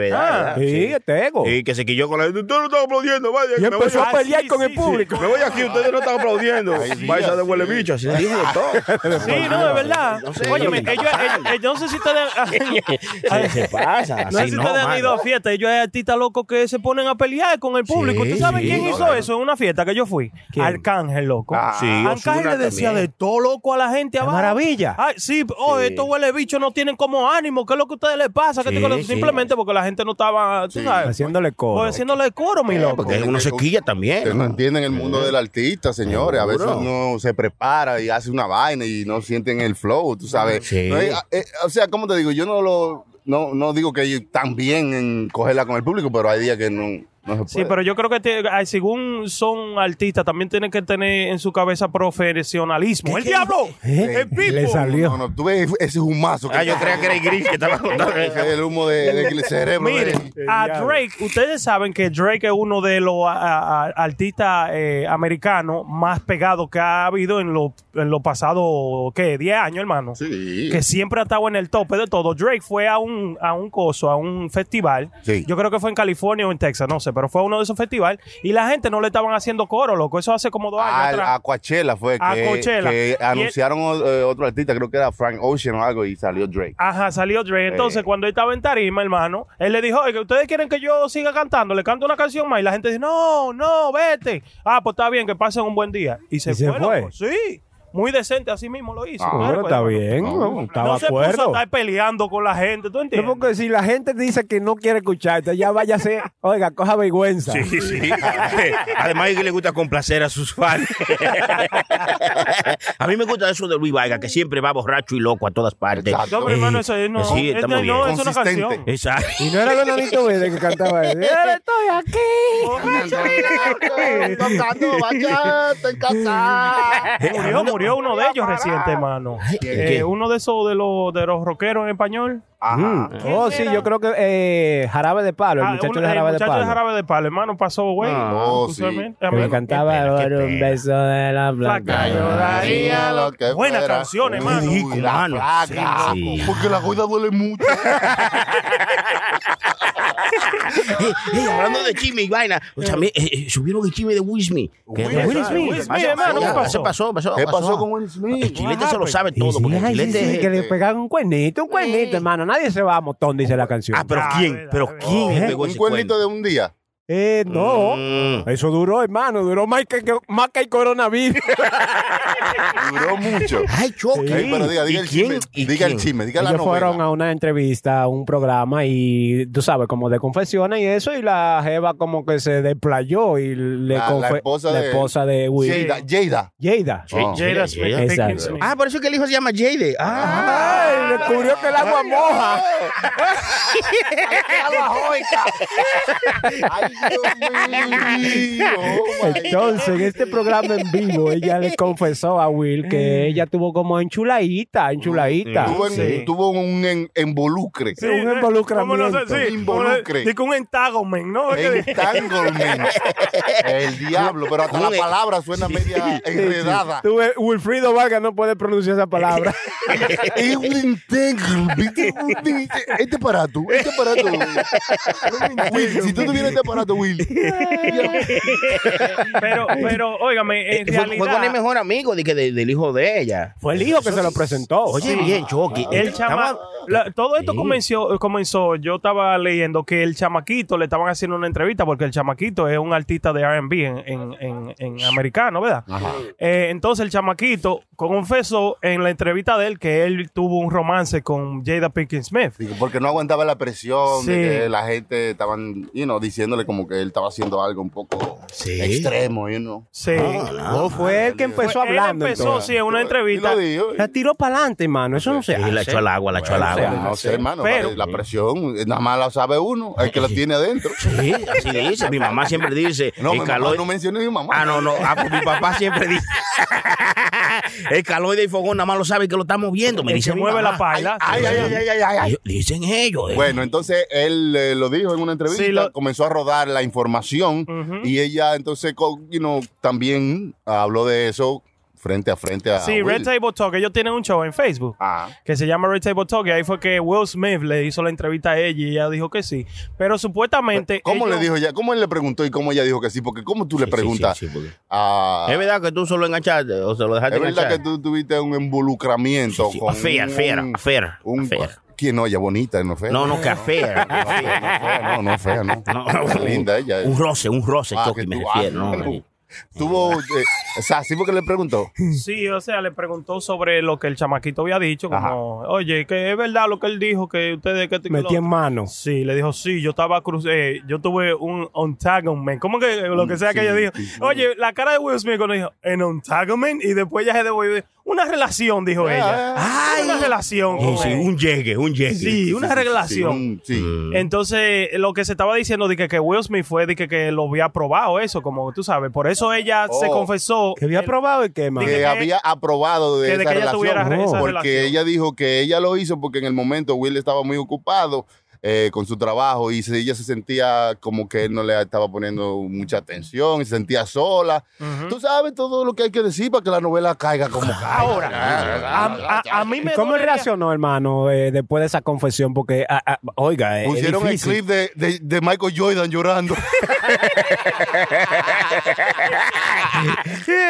Ah, verdad, es sí, verdad, Tego. Y que se quilló con la gente. Usted no está aplaudiendo, vaya. Y que me voy empezó a aquí. pelear sí, con el sí, público. Me voy aquí, ustedes no están aplaudiendo. Ay, sí, Vaya así de huele bicho, así le dijo de todo. Sí, no, de verdad. No sé, Óyeme, no, ellos, ellos- ellos- no sé si [laughs] ustedes. [laughs] Se, se pasa. No sé así si no, ustedes han mano. ido a fiestas, ellos hay artistas locos que se ponen a pelear con el público. Sí, ¿Tú sabes quién sí, hizo eso en una fiesta que yo fui? ¿Quién? Arcángel, loco. Sí, Arcángel Ozuna le decía Ah, también. de todo loco a la gente abajo. maravilla. Ay, sí, oh, estos huele bichos no tienen como ánimo. ¿Qué es lo que a ustedes les pasa? ¿Qué Sí, te conoce? sí. Simplemente porque la gente no estaba, tú sabes, Haciéndole coro. pues, haciéndole coro, mi loco. Porque uno se quilla también. Ustedes no entienden el mundo del artista, señores. A veces Seguro. uno se prepara y hace una vaina y no sienten el flow, tú sabes. Sí. No hay- eh, o sea, ¿cómo te digo? Yo no lo no, no digo que yo tan bien en cogerla con el público, pero hay días que no, no se puede. Sí, pero yo creo que te- ay, según son artistas, también tienen que tener en su cabeza profesionalismo. ¡El diablo! ¿Eh? ¡El pipo! Le salió. No, no, tú ves ese humazo. Que Ah, yo creía que era el gris que estaba contando. Ese [laughs] es el humo de, de- del cerebro. Miren, a Drake, ustedes saben que Drake es uno de los a- a- artistas eh, americanos más pegados que ha habido en los en lo pasados, ¿qué? 10 años, hermano. Sí. Que siempre ha estado en el tope de todo. Drake fue a un, a un coso, a un festival. Sí. Yo creo que fue en California o en Texas, no sé, pero fue a uno de esos festivales y la gente no le estaban haciendo coro, loco. Eso hace como dos años. Al- atrás. a Coachella Ah, fue A que, Coachella. que Y el- anunciaron o- eh, otro artista, creo que era Frank Ocean o algo, y salió Drake. Ajá, salió Dre. Entonces, Sí. cuando él estaba en tarima, hermano, él le dijo, oye, ¿ustedes quieren que yo siga cantando? Le canto una canción más. Y la gente dice, no, no, vete. Ah, pues está bien, que pasen un buen día. Y se ¿Y se fue. fue? loco. Sí, muy decente, así mismo lo hizo. Ah, Claro, Bueno, pues, está hermano. bien. No, no, No Estaba de se puso a acuerdo. estar peleando con la gente, ¿tú No, entiendes? porque si la gente dice que no quiere escucharte, ya váyase, oiga, coja vergüenza. Sí, sí. Además, que le gusta complacer a [laughs] sus fans. a mí me gusta eso de Luis Vaiga, que siempre va borracho y loco a todas partes. Exacto. No, pero hermano, eso es- no, Sí, es- no, estamos bien. es una Consistente. canción. Eh, Exacto. Y no era Leonardo Vélez que cantaba [laughs] eso. "Ya Estoy [laughs] aquí. Tocando bachata en casa. eh, Murió, murió uno de ellos reciente, hermano. Eh, ¿Qué? uno de esos de los, de los rockeros en español. Ajá. Oh, sí, yo creo que eh, Jarabe de Palo, el Ah, muchacho uno- de Jarabe de muchacho Palo. Jarabe de Palo, hermano, pasó, güey. Oh, sí. Justamente. Que le Hermano, cantaba pena, qué "Por un pena". beso de la Flaca, yo blanca. Daría lo que Buena fuera. canción, hermano. Uy, la Mano, placa. sí. Porque la goida duele mucho. Ey, hablando de Jimmy y vaina, o sea, me- eh, eh, subieron el Jimmy de Will Smith. Que- Will Smith, Will Smith, hermano, ¿qué ya, pasó? se pasó, pasó, ¿Qué pasó con Will Smith? El chilete se lo sabe todo, porque el Ay, sí, chilete sí, es- que le pegaron un cuernito, un cuernito, hermano. Nadie se va a motón, dice la canción. Ah, pero Ah, ¿quién? verdad, ¿Pero verdad. quién le ¿Eh? pegó Un ese cuernito cuerno? de un día. Eh, no. Mm. Eso duró, hermano. Duró más que, que- más que el coronavirus. Duró mucho. Ay, choque. Ey, pero diga, diga ¿Y el quién? chisme. ¿Y Diga el quién? chisme, diga la Ellos fueron novela. a una entrevista, a un programa y tú sabes, como de confesiones y eso, y la Jeva como que se desplayó y le La- la confe- esposa la de- esposa de Will. Jada, Jada. Jada. Oh. Jada Sí, Smith, ella- Pinkett Exacto. Smith. Ah, por eso es que el hijo se llama Jade. [laughs] Ah. Ay, descubrió que el agua moja. Ay, Dios mío. Oh, my [laughs] God. Entonces, en este [laughs] programa en vivo, ella le confesó a Will que ella tuvo como enchuladita, enchuladita. Tuvo, en- Mm. Sí. tuvo un en- envolucre. Sí, un ¿no? involucramiento. ¿Cómo no sé? Sí, Un como le- involucre. Dice un entanglement, ¿no? Entanglement. El diablo, pero hasta la palabra suena media enredada. Tuve, Wilfrido Vargas no puede pronunciar esa palabra. Es un [laughs] entanglement. Este aparato, este aparato. [laughs] Will, si tú tuvieras este aparato, Will. Pero, pero, óigame, en Eh, Fue- Fue, con el realidad, mejor amigo de que de- del hijo de ella. Fue el hijo que se lo presentó. Ah, Oye, bien, Chucky. el chama, la- todo esto comenzó, comenzó, yo estaba leyendo que el chamaquito le estaban haciendo una entrevista porque el chamaquito es un artista de R&B en, en, en- en americano, ¿verdad? Eh, entonces el chamaquito confesó en la entrevista de él que él tuvo un romance con Jada Pinkett Smith. Digo, Porque no aguantaba la presión Sí. de que la gente estaban, you know, diciéndole como que él estaba haciendo algo un poco Sí. extremo, you know. Sí. O fue Ah, él que empezó Él hablando. empezó, entonces. sí, en una entrevista. Y lo dijo. La tiró para adelante, hermano. Eso no se Y la hace. echó al agua, la echó al Bueno, agua. no sé, hermano, Pero- la presión, nada más la sabe uno, el que la tiene [laughs] adentro. Sí, así dice. Mi mamá siempre dice, No, mi el mamá calor... no mencioné a mi mamá. Ah, no, no. Ah, pues mi papá siempre dice. [laughs] el calor del fogón nada más lo sabe que lo estamos viendo. Me El dice que mi mueve mamá. la paila. Ay, ay, ay, ay, ay, ay, ay. Ellos- Dicen ellos. eh. Bueno, entonces él eh, lo dijo en una entrevista, Sí, lo- comenzó a rodar la información Ujú. y ella entonces co- you know, también habló de eso frente a frente a Sí, Red Will. Table Talk, ellos tienen un show en Facebook. Ah. que se llama Red Table Talk, y ahí fue que Will Smith le hizo la entrevista a ella y ella dijo que sí. Pero Eh, supuestamente. ¿Cómo ellos- le dijo ella? ¿Cómo él le preguntó y cómo ella dijo que sí? Porque ¿cómo tú le Sí, sí, preguntas sí, sí, porque- a... Es verdad que tú solo enganchaste o se lo dejaste Es verdad enganchar. que tú tuviste un involucramiento Sí, con affair, un, affair, un- affair, un- affair. ¿Quién? Oye, bonita, no fea. No, no, que [laughs] affair. No, fea, no, fea, no, no, fea, no. No, no, Linda ella. Un roce, un roce, Ah, Chucky, que me tú- refiero. ah, no, no. Tuvo. eh, o sea, así porque le preguntó. Sí, o sea, le preguntó sobre lo que el chamaquito había dicho, como, oye, que es verdad lo que él dijo, que ustedes que Metí en mano. Sí, le dijo, sí, yo estaba crucé, yo tuve un entanglement. ¿Cómo que eh, lo que sea que ella dijo? Oye, la cara de Will Smith cuando dijo, en entanglement, y después ya se devolvió. Una relación, dijo ella. Ay, una relación. con Sí, él. un llegue, un llegue. Sí, una relación. Sí. Mm. Mm. sí. Entonces, lo que se estaba diciendo de que, que Will Smith fue de que, que lo había probado eso, como tú sabes. Por eso ella se Oh. confesó. Que había El- probado y qué, Que, mano. Dije que- había aprobado de que de esa que ella relación. tuviera re- esa porque relación. ella dijo que ella lo hizo porque en el momento Will estaba muy ocupado eh, con su trabajo y se- ella se sentía como que él no le estaba poniendo mucha atención, se sentía sola. Tú sabes todo lo que hay que decir para que la novela [laughs] caiga como caiga. Ah, Ahora, Ah, a, a- a mí me ¿Y ¿Cómo él dolería- reaccionó, hermano, eh, después de esa confesión? Porque, ah, ah, oiga, es Pusieron el difícil. clip de, de- de Michael Jordan [laughs] llorando.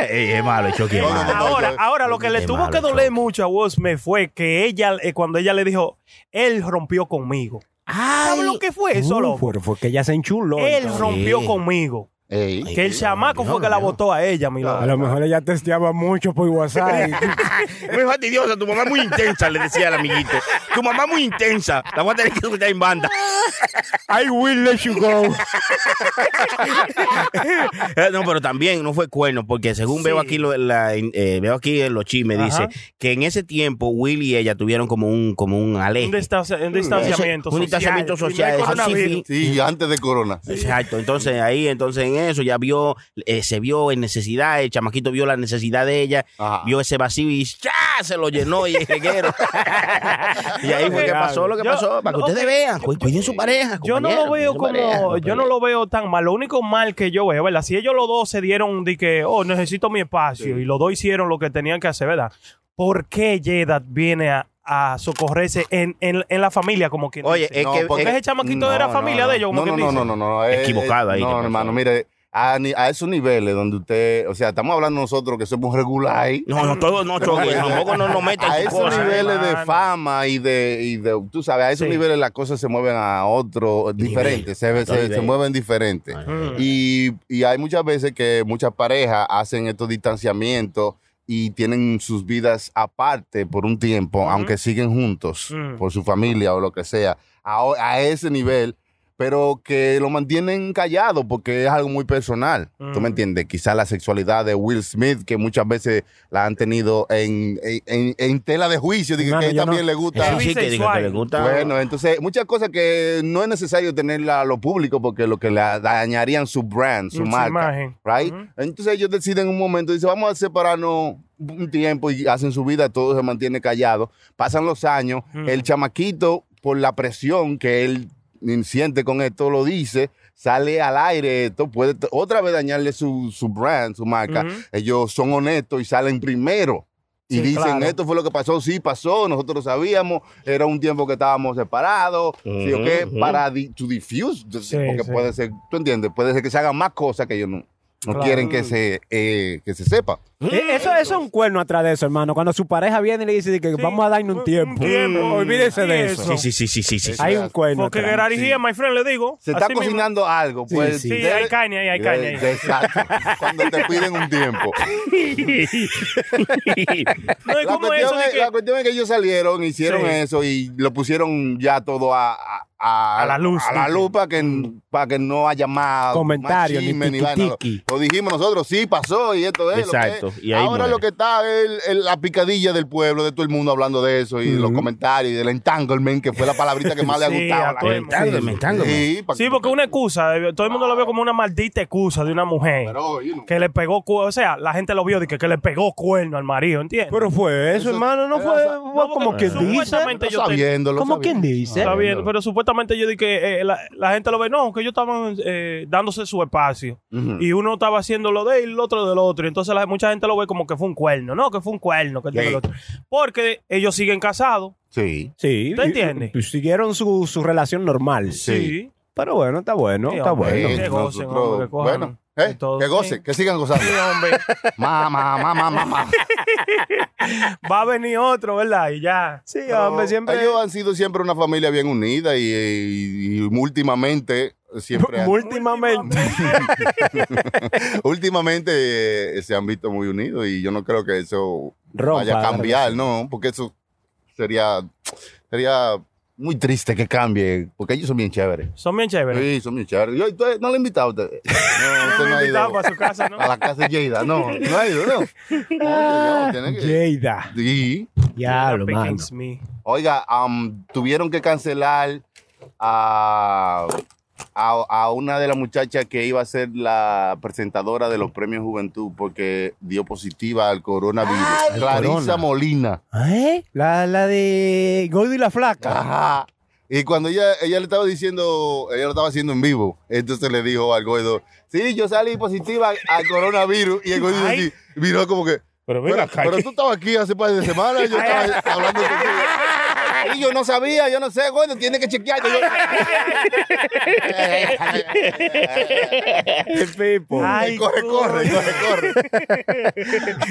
Ey, es malo, choque. es No, no, malo. no, no. Ahora, yo- ahora lo que le Qué tuvo malo, que doler choque. mucho a Will Smith fue que ella, eh, cuando ella le dijo, él rompió conmigo. ¿Sabes lo que fue eso, Uh, loco? fue, fue que ella se enchuló. Él entonces. rompió Sí. conmigo. Ey. Que el chamaco fue que la votó a ella, mi loco. A lo mejor ella testeaba mucho por WhatsApp. Es muy fastidiosa, tu mamá es muy intensa, le decía al amiguito. Tu mamá es muy intensa, la voy a tener que escuchar en banda. I will let you go. Eh, [laughs] No, pero también no fue cuerno, porque según veo aquí lo- la- eh, veo aquí en los chismes, Ajá. dice que en ese tiempo Will y ella tuvieron como un, como un Un, aleje. distancia- un distanciamiento un social. distanciamiento Y no hay social, eso sí, coronavirus. sí. Sí, antes de Corona. Exacto, entonces ahí, entonces en eso ya vio, eh, se vio en necesidad, el chamaquito vio la necesidad de ella, Ajá. vio ese vacío y ¡ya! se lo llenó y el [laughs] reguero. y ahí fue que pasó lo que Yo- pasó, para que no, ustedes ok, vean, cu- cuiden su pareja. Yo no lo compañero, veo como, cuiden su pareja, yo compañero. no lo veo tan mal. Lo único mal que yo veo, ¿verdad? Si ellos los dos se dieron de que, oh, necesito mi espacio, y los dos hicieron lo que tenían que hacer, ¿verdad? ¿Por qué Jedad viene a, a socorrerse en, en, en la familia, como quien Oye, dice? es No, que... porque es- ese chamaquito no, era no, familia no. de ellos, como No, no, quien no, dice. no, no, no. eh, Equivocado eh, ahí, No, te hermano, pasó. mire, a, ni- a esos niveles donde usted, o sea, estamos hablando nosotros que somos regulares. No, no, todo no, [laughs] Choque, Pues tampoco no nos metan a en esos sus cosas. niveles de hermano. fama y de, y de- tú sabes, a esos Sí. niveles las cosas se mueven a otro diferente, se, otro se- nivel. se mueven diferente. Ajá. Y, y hay muchas veces que muchas parejas hacen estos distanciamientos y tienen sus vidas aparte por un tiempo, aunque siguen juntos Mm. por su familia o lo que sea, a, o- a ese nivel, pero que lo mantienen callado porque es algo muy personal. ¿Tú me entiendes? Quizás la sexualidad de Will Smith, que muchas veces la han tenido en, en- en- en tela de juicio, dije Hermano, que yo también no- le Sí, gusta. sí, que diga que le gusta. Bueno, entonces muchas cosas que no es necesario tenerla a lo público porque lo que le dañarían su brand, su Mm, Su marca, imagen. right? Ujú. Entonces ellos deciden en un momento, dicen, vamos a separarnos un tiempo y hacen su vida, todo se mantiene callado. Pasan los años, el chamaquito por la presión que él siente con esto lo dice, sale al aire, esto puede t- otra vez dañarle su, su brand, su marca. Ujú. Ellos son honestos y salen primero. Y Sí, dicen, claro. esto fue lo que pasó, sí pasó, nosotros lo sabíamos, era un tiempo que estábamos separados, sí o qué, Ujú. para di- to diffuse, Sí, porque sí. puede ser, tú entiendes, puede ser que se hagan más cosas que ellos no, no Claro. quieren que se, eh, que se sepa. Eh, Eso, eso es un cuerno atrás de eso, hermano. Cuando su pareja viene y le dice de que Sí, vamos a darnos un tiempo. tiempo. Mm, Olvídese de Sí, eso. eso. Sí, sí, sí, [laughs] sí, sí. sí. Hay un cuerno. Porque atrás. Gerard y Gia, my friend, le digo. Se está así mismo. cocinando algo, pues. Sí, debe- hay carne ahí, hay carne ahí. De- Exacto. Cuando te piden [laughs] un tiempo. No, ¿y La cómo es eso cuestión, de es, que- la cuestión es que ellos salieron, hicieron Sí. eso y lo pusieron ya todo a, a, a- A la luz, Mm. A la dije. luz para que, para que no haya más Comentarios, más ni chisme, vaina. Lo- tiki-tiki. Lo, dijimos nosotros, sí pasó y esto es. lo que es. Exacto, y ahí Ahora muere. lo que está es el- el- la picadilla del pueblo, de todo el mundo hablando de eso y los comentarios y del entanglement, que fue la palabrita que más le ha [laughs] Sí, gustado. a a la todo el gente. Mentándome, mentándome. Sí, pa- Sí, porque una excusa, eh, todo el mundo lo ve como una maldita excusa de una mujer. Pero, you know. que le pegó cuerno, o sea, la gente lo vio de que, que le pegó cuerno al marido, ¿entiendes? Pero fue eso, Eso- hermano. No era fue, esa- fue No, como porque quien dice. supuestamente yo te- sabiéndolo. Como quien sabiéndolo. dice. Está bien, pero supuestamente yo dije que eh, la, la gente lo ve, no, que ellos estaban eh, dándose su espacio. Ujú. Y uno estaba haciendo lo de él, el otro del otro. Y entonces la- mucha gente lo ve como que fue un cuerno, no, que fue un cuerno, que esto, que lo otro. Porque ellos siguen casados. Sí. Sí. ¿Tú y- entiendes? y Siguieron su, su relación normal. Sí. Pero bueno, está bueno, Sí, está hombre. bueno. que Eh, gocen, nosotros- hombre, que cojan bueno, eh, y todo. que gocen, Sí. que sigan gozando. Sí, hombre. Mamá, mamá, mamá, mamá. Va a venir otro, ¿verdad? Y ya. Sí, hombre, siempre. Ellos han sido siempre una familia bien unida y, y- y últimamente [laughs] siempre han- Últimamente. últimamente eh, se han visto muy unidos y yo no creo que eso Rompa vaya la a cambiar, no, porque eso sería sería muy triste que cambie, porque ellos son bien chéveres. Son bien chéveres. Sí, son bien chéveres. Yo, usted- no le he invitado a usted. No, usted no ha ido Invitado para su casa, ¿no? a la casa de Lleida. No, no ha ido, no. No, tiene que- Lleida. Sí. Diablo, mano. Pickings me. Oiga, am, tuvieron que cancelar a, a, a una de las muchachas que iba a ser la presentadora de los premios Juventud porque dio positiva al coronavirus. Clarisa corona. Molina. ¿Eh? La, la de Gordo y la Flaca. Ajá. Y cuando ella, ella le estaba diciendo, ella lo estaba haciendo en vivo, entonces le dijo al Goido, sí, yo salí positiva al coronavirus. Y el Goido Ay. así miró como que, Pero ven pero, acá, pero ¿qué? tú estabas aquí hace par de semanas, yo estaba hablando contigo. Y yo no sabía, yo no sé, Goido, tiene que chequear. Y [laughs] yo- Pipo. Ay, corre, corre, corre, corre.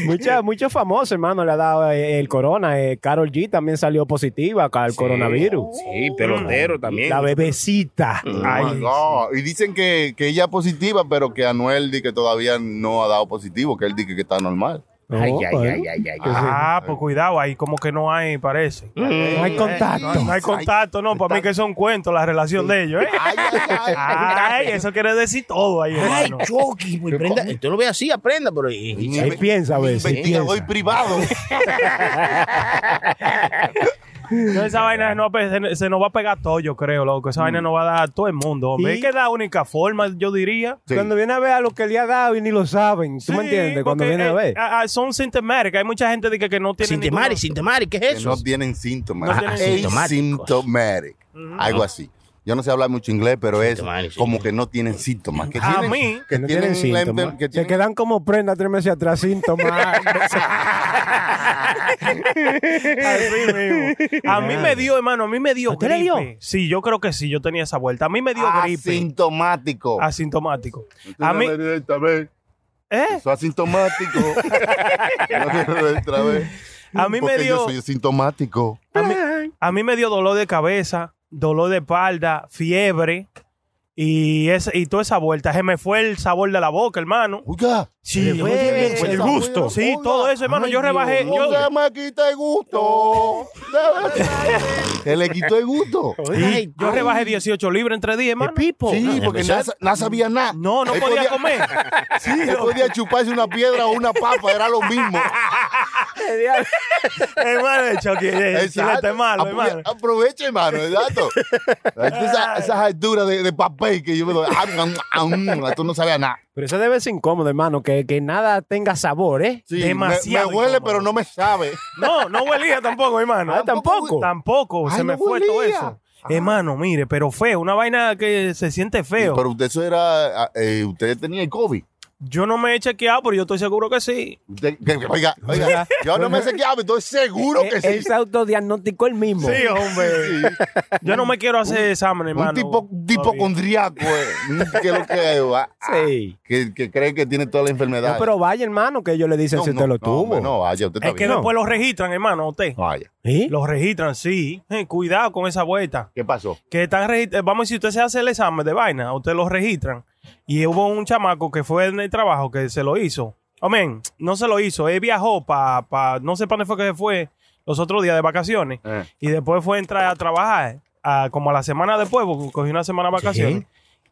[laughs] Mucha- Muchos famosos, hermano, le ha dado eh, el corona. Eh, Carol G también salió positiva al coronavirus. Mm. Sí, pelotero también. La bebecita. Ah, Oh my God. Y dicen que, que ella es positiva, pero que Anuel di que todavía no ha dado positivo, que él dice que está normal. No, Ay, ay, bueno. ay, ay, ay, ay. Ah, pues cuidado, ahí como que no hay, parece. No hay contacto. No hay contacto, no, para mí que eso es un cuento, la relación de ellos, ¿eh? Ay, ay, [laughs] ay. [laughs] Ay, eso quiere decir todo ahí, Ay, hermano. Chucky, pues, prenda. Usted lo ve así, aprenda, pero. y- y- Ahí piensa a veces, Investigador piensa. [laughs] privado. No, esa vaina no, pues, se, se nos va a pegar todo, yo creo, loco. Esa vaina nos va a dar a todo el mundo, hombre. Mm. Sí. Es que es la única forma, yo diría. Sí. Cuando viene a ver a lo que le ha dado y ni lo saben. ¿Tú me Sí, entiendes? Cuando porque, viene a eh, ver. son sintomáticas. Hay mucha gente de que, que no tiene. Sin temari, sin temari, ¿qué es que eso? no tienen síntomas. No tienen Ah. sintomáticos. Asymptomatic. Algo así. Yo no sé hablar mucho inglés, pero es Sintomático, sí. como que no tienen síntomas. Que A tienen, mí, que no tienen la- síntomas. que Se tienen- quedan como prenda tres meses atrás, síntomas. Así [laughs] mismo. A mí me dio, hermano, a mí me dio ¿A usted le dio? Ah, gripe. Sí, yo creo que sí, yo tenía esa vuelta. A mí me dio gripe. Asintomático. Asintomático. A mí, ¿eh? [laughs] Soy asintomático. Otra vez. A mí me Porque dio- Yo soy asintomático. A mí, a mí me dio dolor de cabeza, dolor de espalda, fiebre y, esa- y toda esa vuelta. Se me fue el sabor de la boca, hermano. Oiga. Sí, fue el- el gusto. Sí, todo eso, hermano. yo rebajé. yo- Oiga, me quita el gusto. [laughs] Se le quitó el gusto. Sí, yo rebajé 18 libras entre 10, hermano. Sí, porque no, no sabía nada. No, no Él podía comer. [laughs] Sí, él podía chuparse una piedra o una papa, era [laughs] lo mismo. hermano, Chucky, eh, Exacto. Ah, pues, chile está malo, Aprove- hermano. Aprovecha, hermano, exacto. Esa- esas alturas de, de papel que yo me doy. ah, mm, tú no sabías nada. Pero eso debe ser incómodo, hermano, que, Eh, que nada tenga sabor, ¿eh? Sí, me- Demasiado Me, huele, incómodo. pero no me sabe. No, no huelía tampoco, hermano. Ah, tampoco. Tampoco, Ay, se me no fue todo huelía. Ah. eso. Hermano, mire, pero feo, una vaina que se siente feo. Pero usted eso era. eh, usted tenía el COVID. Yo no me he chequeado, pero yo estoy seguro que sí. Usted- que- que- oiga, oiga, yo no me sé qué hablo, estoy seguro que Él- Él sí. se autodiagnosticó el mismo. hombre. Yo no me quiero hacer examen, hermano. Un tipo, un tipo eh. todavía. condriaco, que lo que, ah, Sí. que, que cree que tiene toda la enfermedad. No, pero vaya, hermano, que ellos le dicen si usted lo tuvo. hombre, No, vaya, usted Es está que bien. después los registran, hermano, a usted. No, vaya. ¿Eh? Los registran, sí. Eh, cuidado con esa vuelta. ¿Qué pasó? que están regi- eh, vamos a decir, usted se hace el examen de vaina, usted lo registran. Y hubo un chamaco que fue en el trabajo que se lo hizo. Amén, no se lo hizo. Él viajó para, pa, no sé para dónde fue que se fue los otros días de vacaciones. Eh. Y después fue a entrar a trabajar ah, como a la semana después, porque cogió una semana de vacaciones.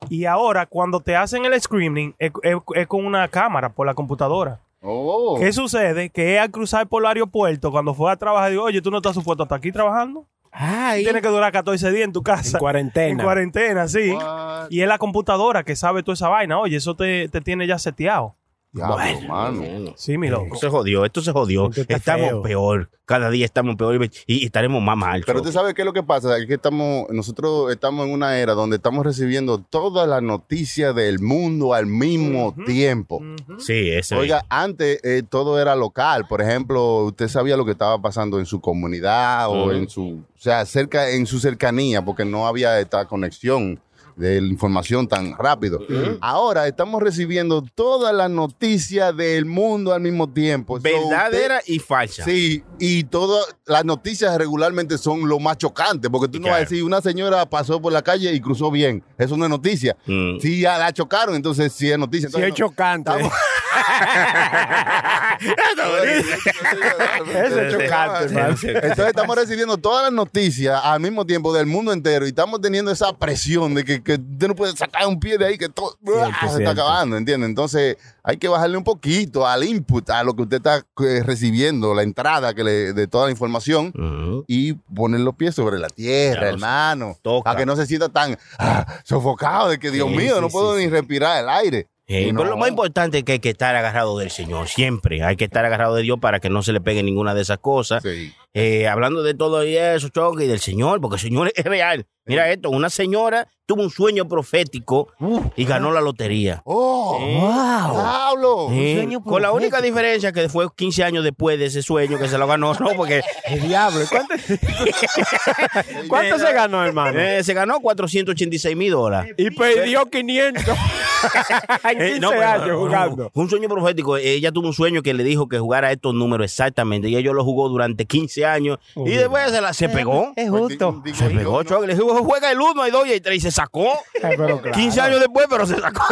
Y ahora, cuando te hacen el screening, es, es- es con una cámara por la computadora. Oh. ¿Qué sucede? Que él al cruzar por el aeropuerto, cuando fue a trabajar, dijo, oye, tú no estás supuesto hasta aquí trabajando. Ay, Tienes que durar 14 días en tu casa. En cuarentena. En cuarentena, sí. What? Y es la computadora que sabe toda esa vaina. Oye, eso te, te tiene ya seteado. Diablo, mano. Sí, mi loco. Esto se jodió, esto se jodió. Esto está Estamos feo. peor. Cada día estamos peor y, y estaremos más mal. Pero Chucky. usted sabe qué es lo que pasa, es que estamos, nosotros estamos en una era donde estamos recibiendo todas las noticias del mundo al mismo tiempo. Sí, eso. es. Oiga, antes eh, todo era local. Por ejemplo, usted sabía lo que estaba pasando en su comunidad o Ujú. en su, o sea, cerca, en su cercanía, porque no había esta conexión de la información tan rápido. Ahora estamos recibiendo todas las noticias del mundo al mismo tiempo. So, Verdadera usted- y falsa. [laughs] Sí, y todas las noticias regularmente son lo más chocante, porque tú no vas a Claro. decir, una señora pasó por la calle y cruzó bien. Eso no es noticia. Mm. Si ya la chocaron, entonces sí es noticia. Si es Entonces, no- chocante. [laughs] [laughs] Eso es chocante, man. Entonces estamos recibiendo todas las noticias al mismo tiempo del mundo entero y estamos teniendo esa presión de que, que usted no puede sacar un pie de ahí que todo ah, se cierto. está acabando, ¿entiendes? Entonces hay que bajarle un poquito al input, a lo que usted está eh, recibiendo, la entrada que le- de toda la información Ujú. y poner los pies sobre la tierra, Ya lo hermano, toca. a que no se sienta tan ah, sofocado de que Dios Sí, mío, sí, no sí, puedo sí. ni respirar el aire. Eh, Y Pero no. lo más importante es que hay que estar agarrado del Señor, siempre. Hay que estar agarrado de Dios para que no se le pegue ninguna de esas cosas. Sí. Eh, hablando de todo eso, choque, y del Señor, porque el Señor es real. Mira esto, una señora tuvo un sueño profético y ganó la lotería. ¡Oh! wow. ¡Pablo! Eh, con la única diferencia que fue 15 años después de ese sueño que se lo ganó, ¿no? [laughs] Porque El diablo. ¿Cuánto, cuánto se ganó, hermano? eh, se ganó 486 mil dólares. Y pues, perdió 500. en 15 Eh, no, pero- años no, jugando. Fue un sueño profético. Ella tuvo un sueño que le dijo que jugara estos números exactamente. Y ella lo jugó durante 15 años. y después se, la, se pegó. Pues, Es justo. di- di- Se digo, pegó, no. Chuck. Le dijo, juega el 1, el 2 y el 3. Y se sacó. Eh, pero claro. 15 años después, pero se sacó.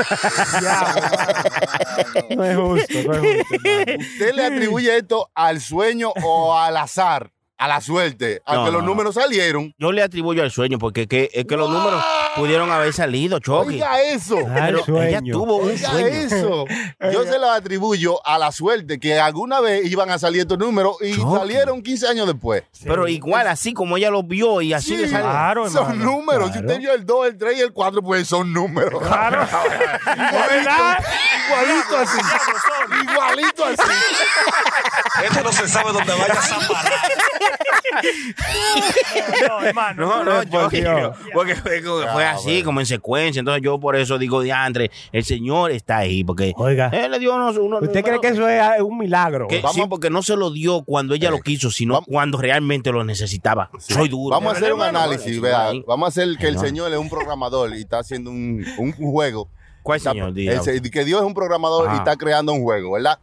No es justo, no es justo. hermano. ¿Usted le atribuye esto al sueño o al azar? A la suerte, a No, que no, los no. números salieron. [laughs] Yo le atribuyo al sueño porque es que, es que los números pudieron haber salido, Chucky. Oiga eso. Al Pero ella sueño. tuvo un Oiga sueño. eso. Yo se lo atribuyo a la suerte que alguna vez iban a salir estos números y Chucky. salieron 15 años después. Pero igual, así como ella lo vio y así Sí, le salió. Claro, son hermano, números. Si claro. usted vio el 2, el 3 y el 4, pues son números. [laughs] Claro. ¿Verdad? Igualito así. Igualito así. Esto no se sabe dónde vaya a parar. No, hermano. No, no, yo Por Dios. porque fue, como- fue así, como en secuencia. Entonces yo por eso digo, diantre, el Señor está ahí, porque Oiga. Él le dio unos... unos- ¿Usted cree que eso es ah, un milagro? que- sí, porque no se lo dio cuando ella lo quiso, sino Eh, vamos- cuando realmente lo necesitaba. Soy duro. Vamos a hacer un Hermano, análisis, bueno, vea. ahí. Vamos a hacer que el Ay, no. señor es un programador y está haciendo un, un juego. ¿Cuál Está- Pues, señor? Diga. el se- que Dios es un programador y Ajá. Mm. está creando un juego, ¿verdad?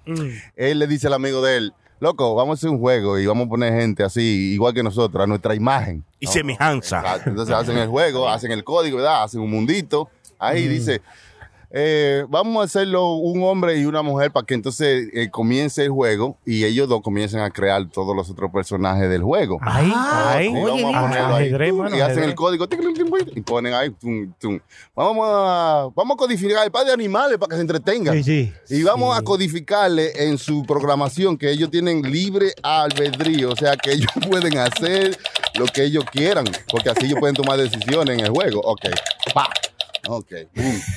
Él le dice al amigo de él, loco, vamos a hacer un juego y vamos a poner gente así, igual que nosotros, a nuestra imagen. Y semejanza. Exacto. Entonces hacen el juego, hacen el código, ¿verdad? Hacen un mundito. Ahí dice, eh, vamos a hacerlo un hombre y una mujer para que entonces eh, comience el juego y ellos dos comiencen a crear todos los otros personajes del juego. Ahí, Ah, ahí. Sí, vamos a ponerlo ahí. Ajedrez, mano, y hacen ajedrez. el código tic, tic, tic, tic, y ponen ahí. tum, tum. Vamos a, vamos a codificar el par de animales para que se entretengan. Sí, sí. Y vamos a codificarle en su programación que ellos tienen libre albedrío, o sea que [laughs] ellos pueden hacer lo que ellos quieran, porque así ellos pueden tomar decisiones en el juego. Ok, pa, ok, boom. [laughs]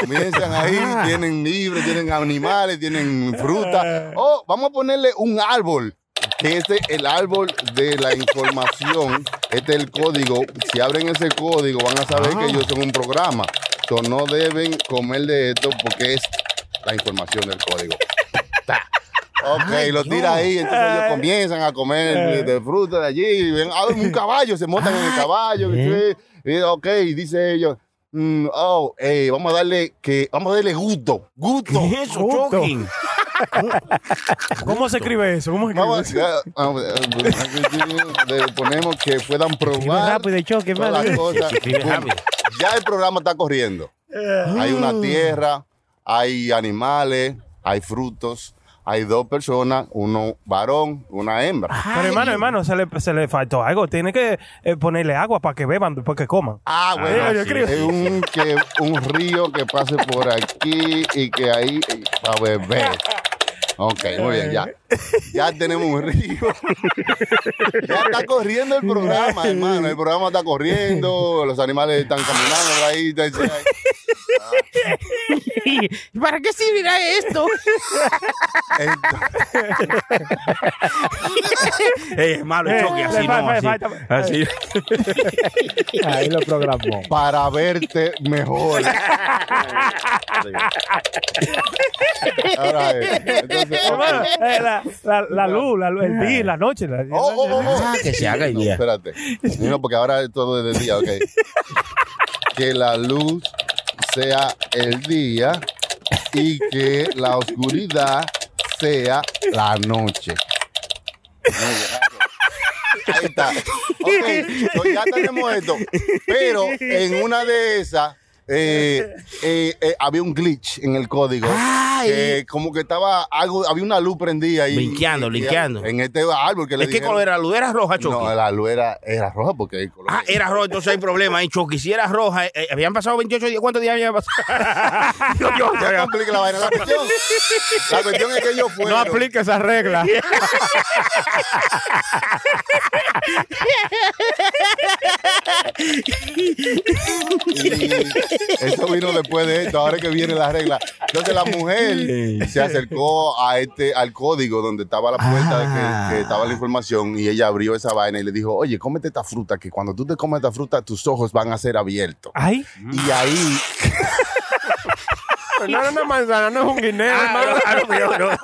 Comienzan ahí, tienen libre, tienen animales, tienen fruta. Oh, vamos a ponerle un árbol. Que este es el árbol de la información. Este es el código. Si abren ese código, van a saber que ellos son un programa. So, no deben comer de esto porque es la información del código. Ta. Ok, lo tira ahí, entonces ellos comienzan a comer de, de fruta de allí, y ven, ah, un caballo, se montan en el caballo, sí, y, ok, y dice ellos, mm, oh, eh, vamos a darle que, vamos a darle gusto, gusto, ¿Qué es eso, Justo. Chucky? [laughs] ¿Cómo se escribe eso? ¿Cómo se escribe Vamos, eso? ya, ah, vamos, eh, [laughs] le ponemos que puedan Más probar rápido, choque, todas más. las cosas. escribe Boom. rápido. Ya el programa está corriendo. Hay una tierra, hay animales, hay frutos, hay dos personas, uno varón, una hembra. Pero hermano, hermano, se le, se le faltó algo. Tiene que eh, ponerle agua para que beban después que coman. Ah, bueno, Ah, yo sí. creo. es un, que, un río que pase por aquí y que ahí a beber. Ok, muy bien, ya. Ya tenemos un río. Ya está corriendo el programa, hermano. El programa está corriendo, los animales están caminando por ahí. está- está- ¿Para qué servirá [laughs] esto? Ey, es malo, el Chucky, Eh, así le fa- no, fa- así. falta- Así. [laughs] Ahí lo programó. para verte mejor. All right. Entonces, Hermano, ok. eh, la, la- la luz, la, luz, el día, la noche. la- Oh, oh, oh, oh. Ah, que se haga el No, día. espérate. No, porque ahora es todo de día, ok. que la luz sea el día y que la oscuridad sea la noche. Ahí está. Ok, so ya tenemos esto. Pero en una de esas eh, eh, eh, había un glitch en el código. Que como que estaba algo, había una luz prendida ahí. Linkeando, Y- y- linkeando. En este árbol que le ¿Es qué color era la luz? ¿Era roja, Chucky? No, la luz era, era roja porque el color. Ah, era roja, entonces hay problema ahí, Chucky. Si era roja, eh, eh, habían pasado 28 días. ¿Cuántos días [laughs] habían pasado? Dios, Dios, [laughs] Ya Dios. complica la vaina. La cuestión, la cuestión es que yo fui. No aplica [laughs] esa regla. Eso vino después de esto, ahora es que viene la regla. Entonces la mujer se acercó a este, al código donde estaba la puerta Ah. que, que estaba la información y ella abrió esa vaina y le dijo, oye, cómete esta fruta, que cuando tú te comes esta fruta, tus ojos van a ser abiertos. Ay. Y ahí, No era una manzana, no es un guineo, hermano. Ah, no, no, no, no.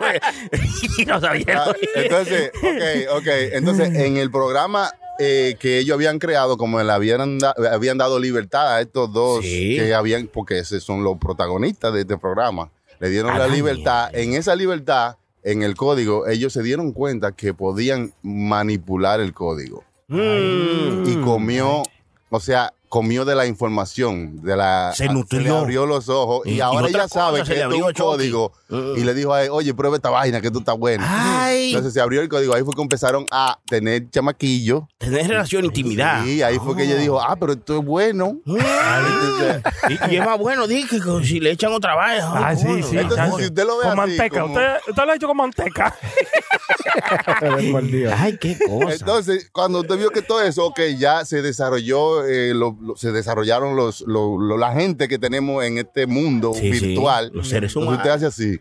[laughs] Y no sabía. ah, entonces, ok, ok, entonces en el programa... eh, que ellos habían creado, como le habían, da- habían dado libertad a estos dos Sí. que habían, porque esos son los protagonistas de este programa. Le dieron la Ah, libertad. En esa libertad, en el código, ellos se dieron cuenta que podían manipular el código. Mm. Y comió, o sea, comió de la información, de la... Se le nutrió. abrió los ojos y, Y- y ahora otra ella sabe cosa, se que esto es le abrió un el choque. código. Mm. Y le dijo a él, oye, prueba esta vaina que tú estás bueno. Ay. Entonces se abrió el código. Ahí fue que empezaron a tener chamaquillo. Tener relación, intimidad. Y ahí fue que ella dijo, ah, pero esto es bueno. Ah. Entonces, Y, y es más bueno, dije, que si le echan otra vaina. Ah, sí, coño. sí. Entonces, chacho. si usted lo ve con así, manteca. como- Usted, usted lo ha hecho con manteca. Por Dios. Ay, qué cosa. Entonces, cuando usted vio que todo eso, ok, ya se desarrolló, eh, lo- lo- se desarrollaron los, lo- lo- la gente que tenemos en este mundo Sí, sí, virtual. los seres Entonces, usted humanos. hace así.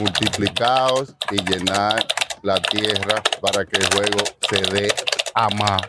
Multiplicaos y llenar la tierra para que el juego se dé a más.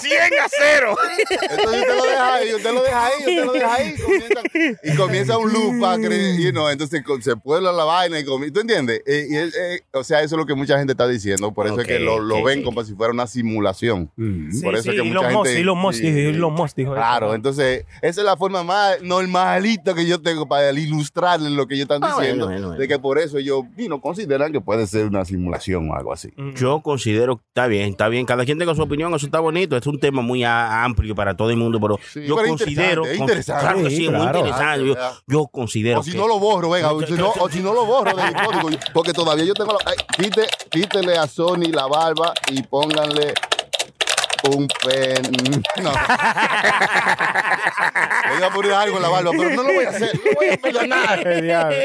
100 a 0. Entonces usted lo deja ahí, usted lo deja ahí, usted lo deja ahí. comienza- y comienza un loop para creer, you know, entonces co- se puebla la vaina y comi- ¿Tú entiendes? Eh, y es, eh, o sea, eso es lo que mucha gente está diciendo. Por eso Ok, es que lo, lo ok, Mm. ven ok. como si fuera una simulación. Por eso sí, es que y mucha los Musk, gente- y los Musk, sí, y- y sí. los Musk dijo eso. Claro, entonces esa es la forma más normalita que yo tengo para ilustrarles lo que ellos están Ah, bueno, diciendo. bueno, bueno. De que por eso ellos you know, consideran que puede ser una simulación o algo así. Mm. Yo considero que está bien, está bien. Cada quien tenga su opinión, eso está bonito. Es un tema muy a- amplio para todo el mundo, pero Sí, yo pero considero. interesante, con- interesante. Claro que sí, es muy Claro. interesante. Yo, Ah, yo considero. O si que- no lo borro, venga, o si no, o si no lo borro del código, porque todavía yo tengo la... ay, quite, quítele a Sony la barba y pónganle un pen... [laughs] No. Le iba a poner algo en la barba, pero no lo voy a hacer, no voy a [laughs] perdonar. Qué diablo.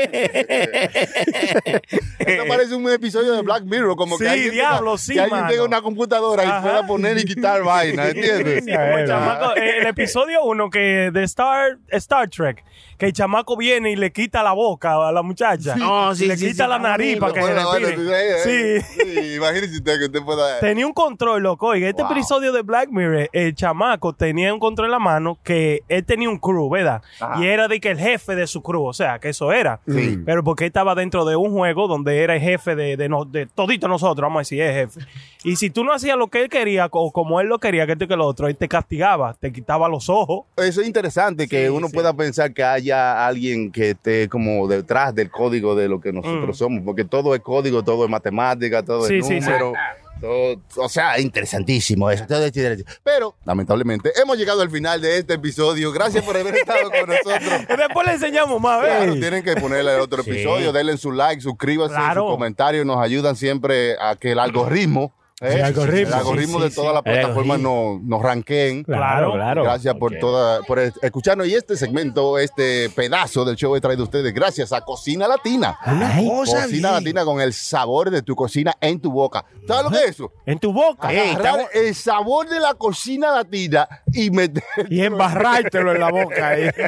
Esto parece un episodio de Black Mirror, como Sí, que alguien, diablo, tenga, sí, que alguien mano. tenga una computadora y Ajá. pueda poner y quitar vaina, ¿entiendes? [laughs] Sí, como el, Bueno. ah". chamaco, eh, el episodio 1 que de Star, Star Trek, que el chamaco viene y le quita la boca a la muchacha. No, sí, le sí, quita sí. la nariz para que se Bueno, bueno, respire. eh, Sí. sí, Imagínese usted que usted pueda... Tenía un control, loco. Oiga, este Wow. episodio de Black Mirror, el chamaco tenía un control en la mano que él tenía un crew, ¿verdad? Y era de que el jefe de su crew, o sea, que eso era. Pero porque estaba dentro de un juego donde era el jefe de, de, no- de todito nosotros, vamos a decir, el jefe. Y si tú no hacías lo que él quería o como él lo quería, que esto y que lo otro, él te castigaba, te quitaba los ojos. Eso es interesante que uno pueda pensar que haya alguien que esté como detrás del código de lo que nosotros somos, porque todo es código, todo es matemática, todo Mm. Sí, es sí, sí. número. todo- o sea, interesantísimo eso. todo es interesante. Pero, lamentablemente, hemos llegado al final de este episodio. Gracias por haber estado [laughs] con nosotros. Después le enseñamos más, ¿ves? Claro, tienen que ponerle otro episodio, denle su like, suscríbanse, Claro. sus comentarios nos ayudan siempre a que el algoritmo, ¿eh? El algoritmo. el algoritmo Sí, de sí, todas sí. las El plataformas nos nos ranqueen. Claro, Claro, claro. Gracias por toda por es- escucharnos y este segmento, este pedazo del show he traído a ustedes gracias a Cocina Latina. Cocina Latina con el sabor de tu cocina en tu boca. ¿Sabes lo que es eso? En tu boca. Agarrar el sabor de la cocina latina y meter Y embarrártelo en la boca. eh. [laughs] ahí.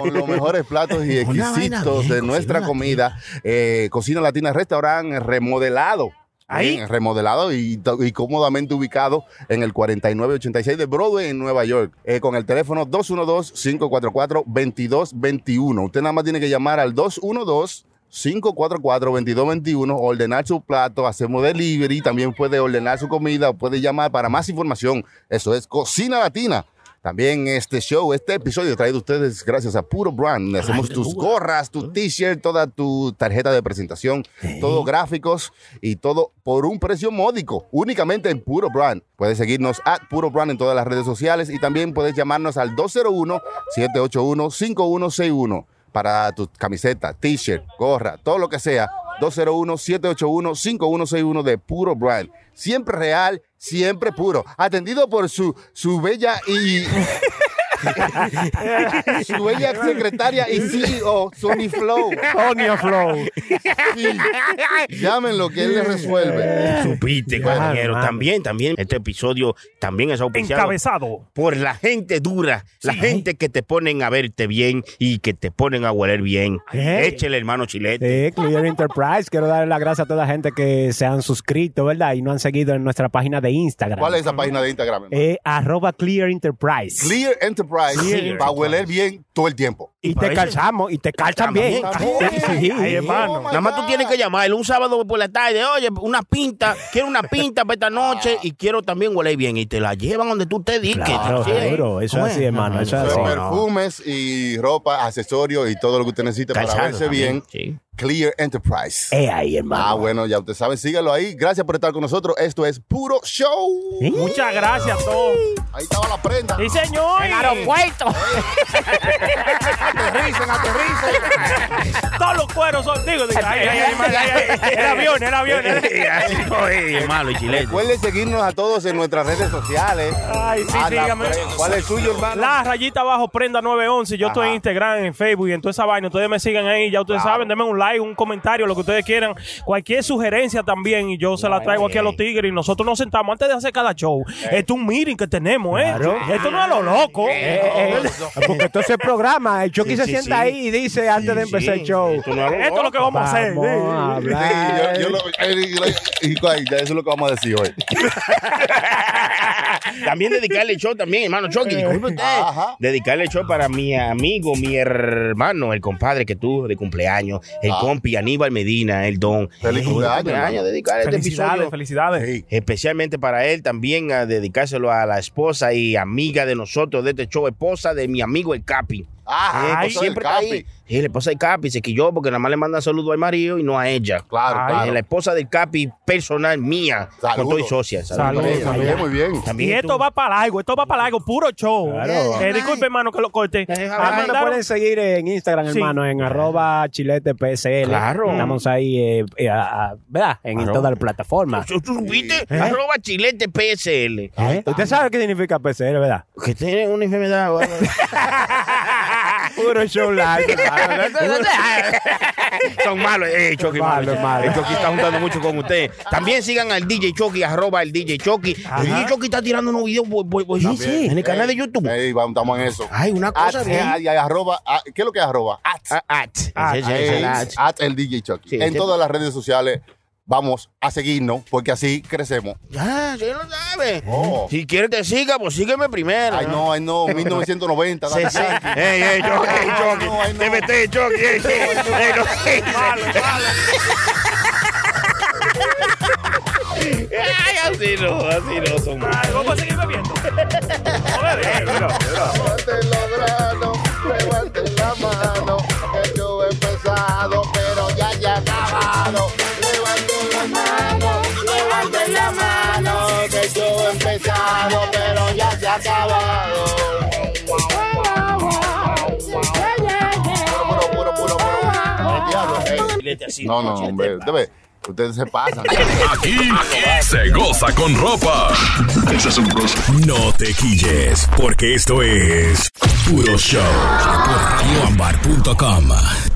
con los mejores platos y Una vaina exquisitos bien, de nuestra Cocina comida. Eh, cocina Latina Restaurant remodelado. Ahí. Bien, remodelado y, to- y cómodamente ubicado en el 4986 de Broadway en Nueva York, eh, con el teléfono 212-544-2221. Usted nada más tiene que llamar al 212. 544-2221, ordenar su plato, hacemos delivery, también puede ordenar su comida, puede llamar para más información. Eso es Cocina Latina. También este show, este episodio traído a ustedes gracias a Puro Brand. Hacemos tus gorras, tu t-shirt, toda tu tarjeta de presentación, todo gráficos y todo por un precio módico, únicamente en Puro Brand. Puedes seguirnos a Puro Brand en todas las redes sociales y también puedes llamarnos al 201-781-5161 para tu camiseta, t-shirt, gorra, todo lo que sea. 201-781-5161 de Puro Brand. Siempre real, siempre puro. Atendido por su, su bella y. su bella secretaria y CEO, Sony Flow. Sonia Flow. Llámenlo que él le resuelve. Supiste, compañero. También, también. Este episodio también es auspiciado Encabezado. por la gente dura, la gente que te ponen a verte bien y que te ponen a hueler bien. Ey. Échale, hermano Chilete. Sí, Clear Enterprise. Quiero darle las gracias a toda la gente que se han suscrito, ¿verdad? Y no han seguido en nuestra página de Instagram. ¿Cuál es esa página de Instagram? hermano? Eh, arroba Clear Enterprise. Clear Enterprise. Clear para hueler bien todo el tiempo. Y te calzamos, y te calzan bien. Sí, Oh, hermano. my Nada más tú God. tienes que llamarlo un sábado por la tarde. Oye, una pinta. Quiero una pinta para esta [laughs] noche y quiero también hueler bien. Y te la llevan donde tú te diques. Claro, Sí. seguro. Eso es así, Bueno, hermano. Eso es Pero así. perfumes y ropa, accesorios y todo lo que usted necesite para Calzado verse también, bien. sí. Clear Enterprise. Eh, ahí, Ah, hermano. bueno, ya usted sabe, sígalo ahí. Gracias por estar con nosotros. Esto es Puro Show. Muchas gracias a todos. Ahí estaba la prenda. Sí, señor. El aeropuerto. Aterricen, aterricen. Todos los cueros son. Digo, digo, ay, ay, ay, ay, ay, [laughs] ay. El avión, el avión. el- Así no [laughs] es, hermano Chilete. Recuerden seguirnos a todos en nuestras redes sociales. Ay, sí, A la sígame. pre- ¿Cuál es el suyo, hermano? La rayita abajo, prenda 911. Yo estoy en Ajá. Instagram, en Facebook y en toda esa vaina. Ustedes me sigan ahí, ya ustedes Claro. saben. Denme un like, un comentario, lo que ustedes quieran. Cualquier sugerencia también. Y yo se la traigo aquí a los tigres. Y nosotros nos sentamos antes de hacer cada show. Esto es un meeting que tenemos, ¿eh? Esto no es a lo loco. [laughs] Eh, eh, [laughs] porque entonces el programa, el Chucky Sí, se sí, sienta sí. ahí y dice antes de Sí, empezar el show. esto no Esto es lo que vamos a hacer. a Sí. Sí, [laughs] hablar. yo- yo lo- y- y- y- y- ya eso es lo que vamos a decir hoy. [laughs] También dedicarle el show también, hermano Chucky, disculpe usted. Ajá. Dedicarle el show para mi amigo, mi hermano, el compadre que tuvo de cumpleaños, el Ah. compi Aníbal Medina, el don. Feliz cumpleaños, Ah, hermano. dedicarle este Felicidades, episodio. felicidades. Especialmente para él, también a dedicárselo a la esposa y amiga de nosotros de este show, esposa de mi amigo el Capi. Ah, Eh, Ay, que cosa del siempre está Capi. ahí. Sí, la esposa del Capi se quilló porque nada más le manda saludos al marido y no a ella. Claro, Ay, claro. Eh, La esposa del Capi personal mía, con Saludos. todo y socia. Saludos, Muy bien, saludos. muy bien, muy bien. También Y esto va para largo, esto va para largo, puro show. Claro. Eh, disculpe, hermano, que lo corte. Deja Ah, Nos hablar. mandaron- pueden seguir en Instagram, Sí. hermano, en arroba chilete PSL. Claro. Estamos ahí, eh, eh, a- a- ¿verdad? En Claro. todas las plataformas. ¿Tú, tú supiste? Arroba chilete PSL. Ah. ¿Eh? Usted sabe qué significa PSL, ¿verdad? Que tiene una enfermedad. güey. Puro show live. [laughs] Son malos. Eh, Chucky, Malo, malo. malo. El Chucky está juntando mucho con ustedes. También sigan al DJ Chucky, arroba el DJ Chucky. El DJ Chucky está tirando unos videos bu- bu- buenísimos en el Eh, canal de YouTube. Ey, vamos, estamos en eso. Ay, una At, cosa eh, bien. ay, ay, arroba, ah, ¿Qué es lo que es arroba? At. Ah, At. Ese- ese- ese- Eh, at. at el DJ Chucky. Sí, en sí. todas las redes sociales vamos a seguirnos porque así crecemos. Ya, ya lo Ah, sabe. Oh. Si quieres que siga, pues sígueme primero. Ay, no, ay, [laughs] no, 1990. Sí, dale, sí. dale. Ey, ey, Chucky, ey, Chucky. No, ay, no. Te metes, Chucky. Ey, sí. Ey, no. Ay, así no, así no son malos. Ay, Vamos a seguir bebiendo. Levanten los brazos, levanten la mano. Esto es pesado, pero ya ya acabado. Levanten la mano, levanten la mano. Que esto es pesado, pero ya se ha acabado. Puro, puro, puro, puro, puro. El diablo, ey. Chilete así, No, no, chilete, hombre, pa. usted ve, ustedes se pasan. Aquí, aquí se goza con ropa. No te quilles, porque esto es Puro Show por radioambar.com.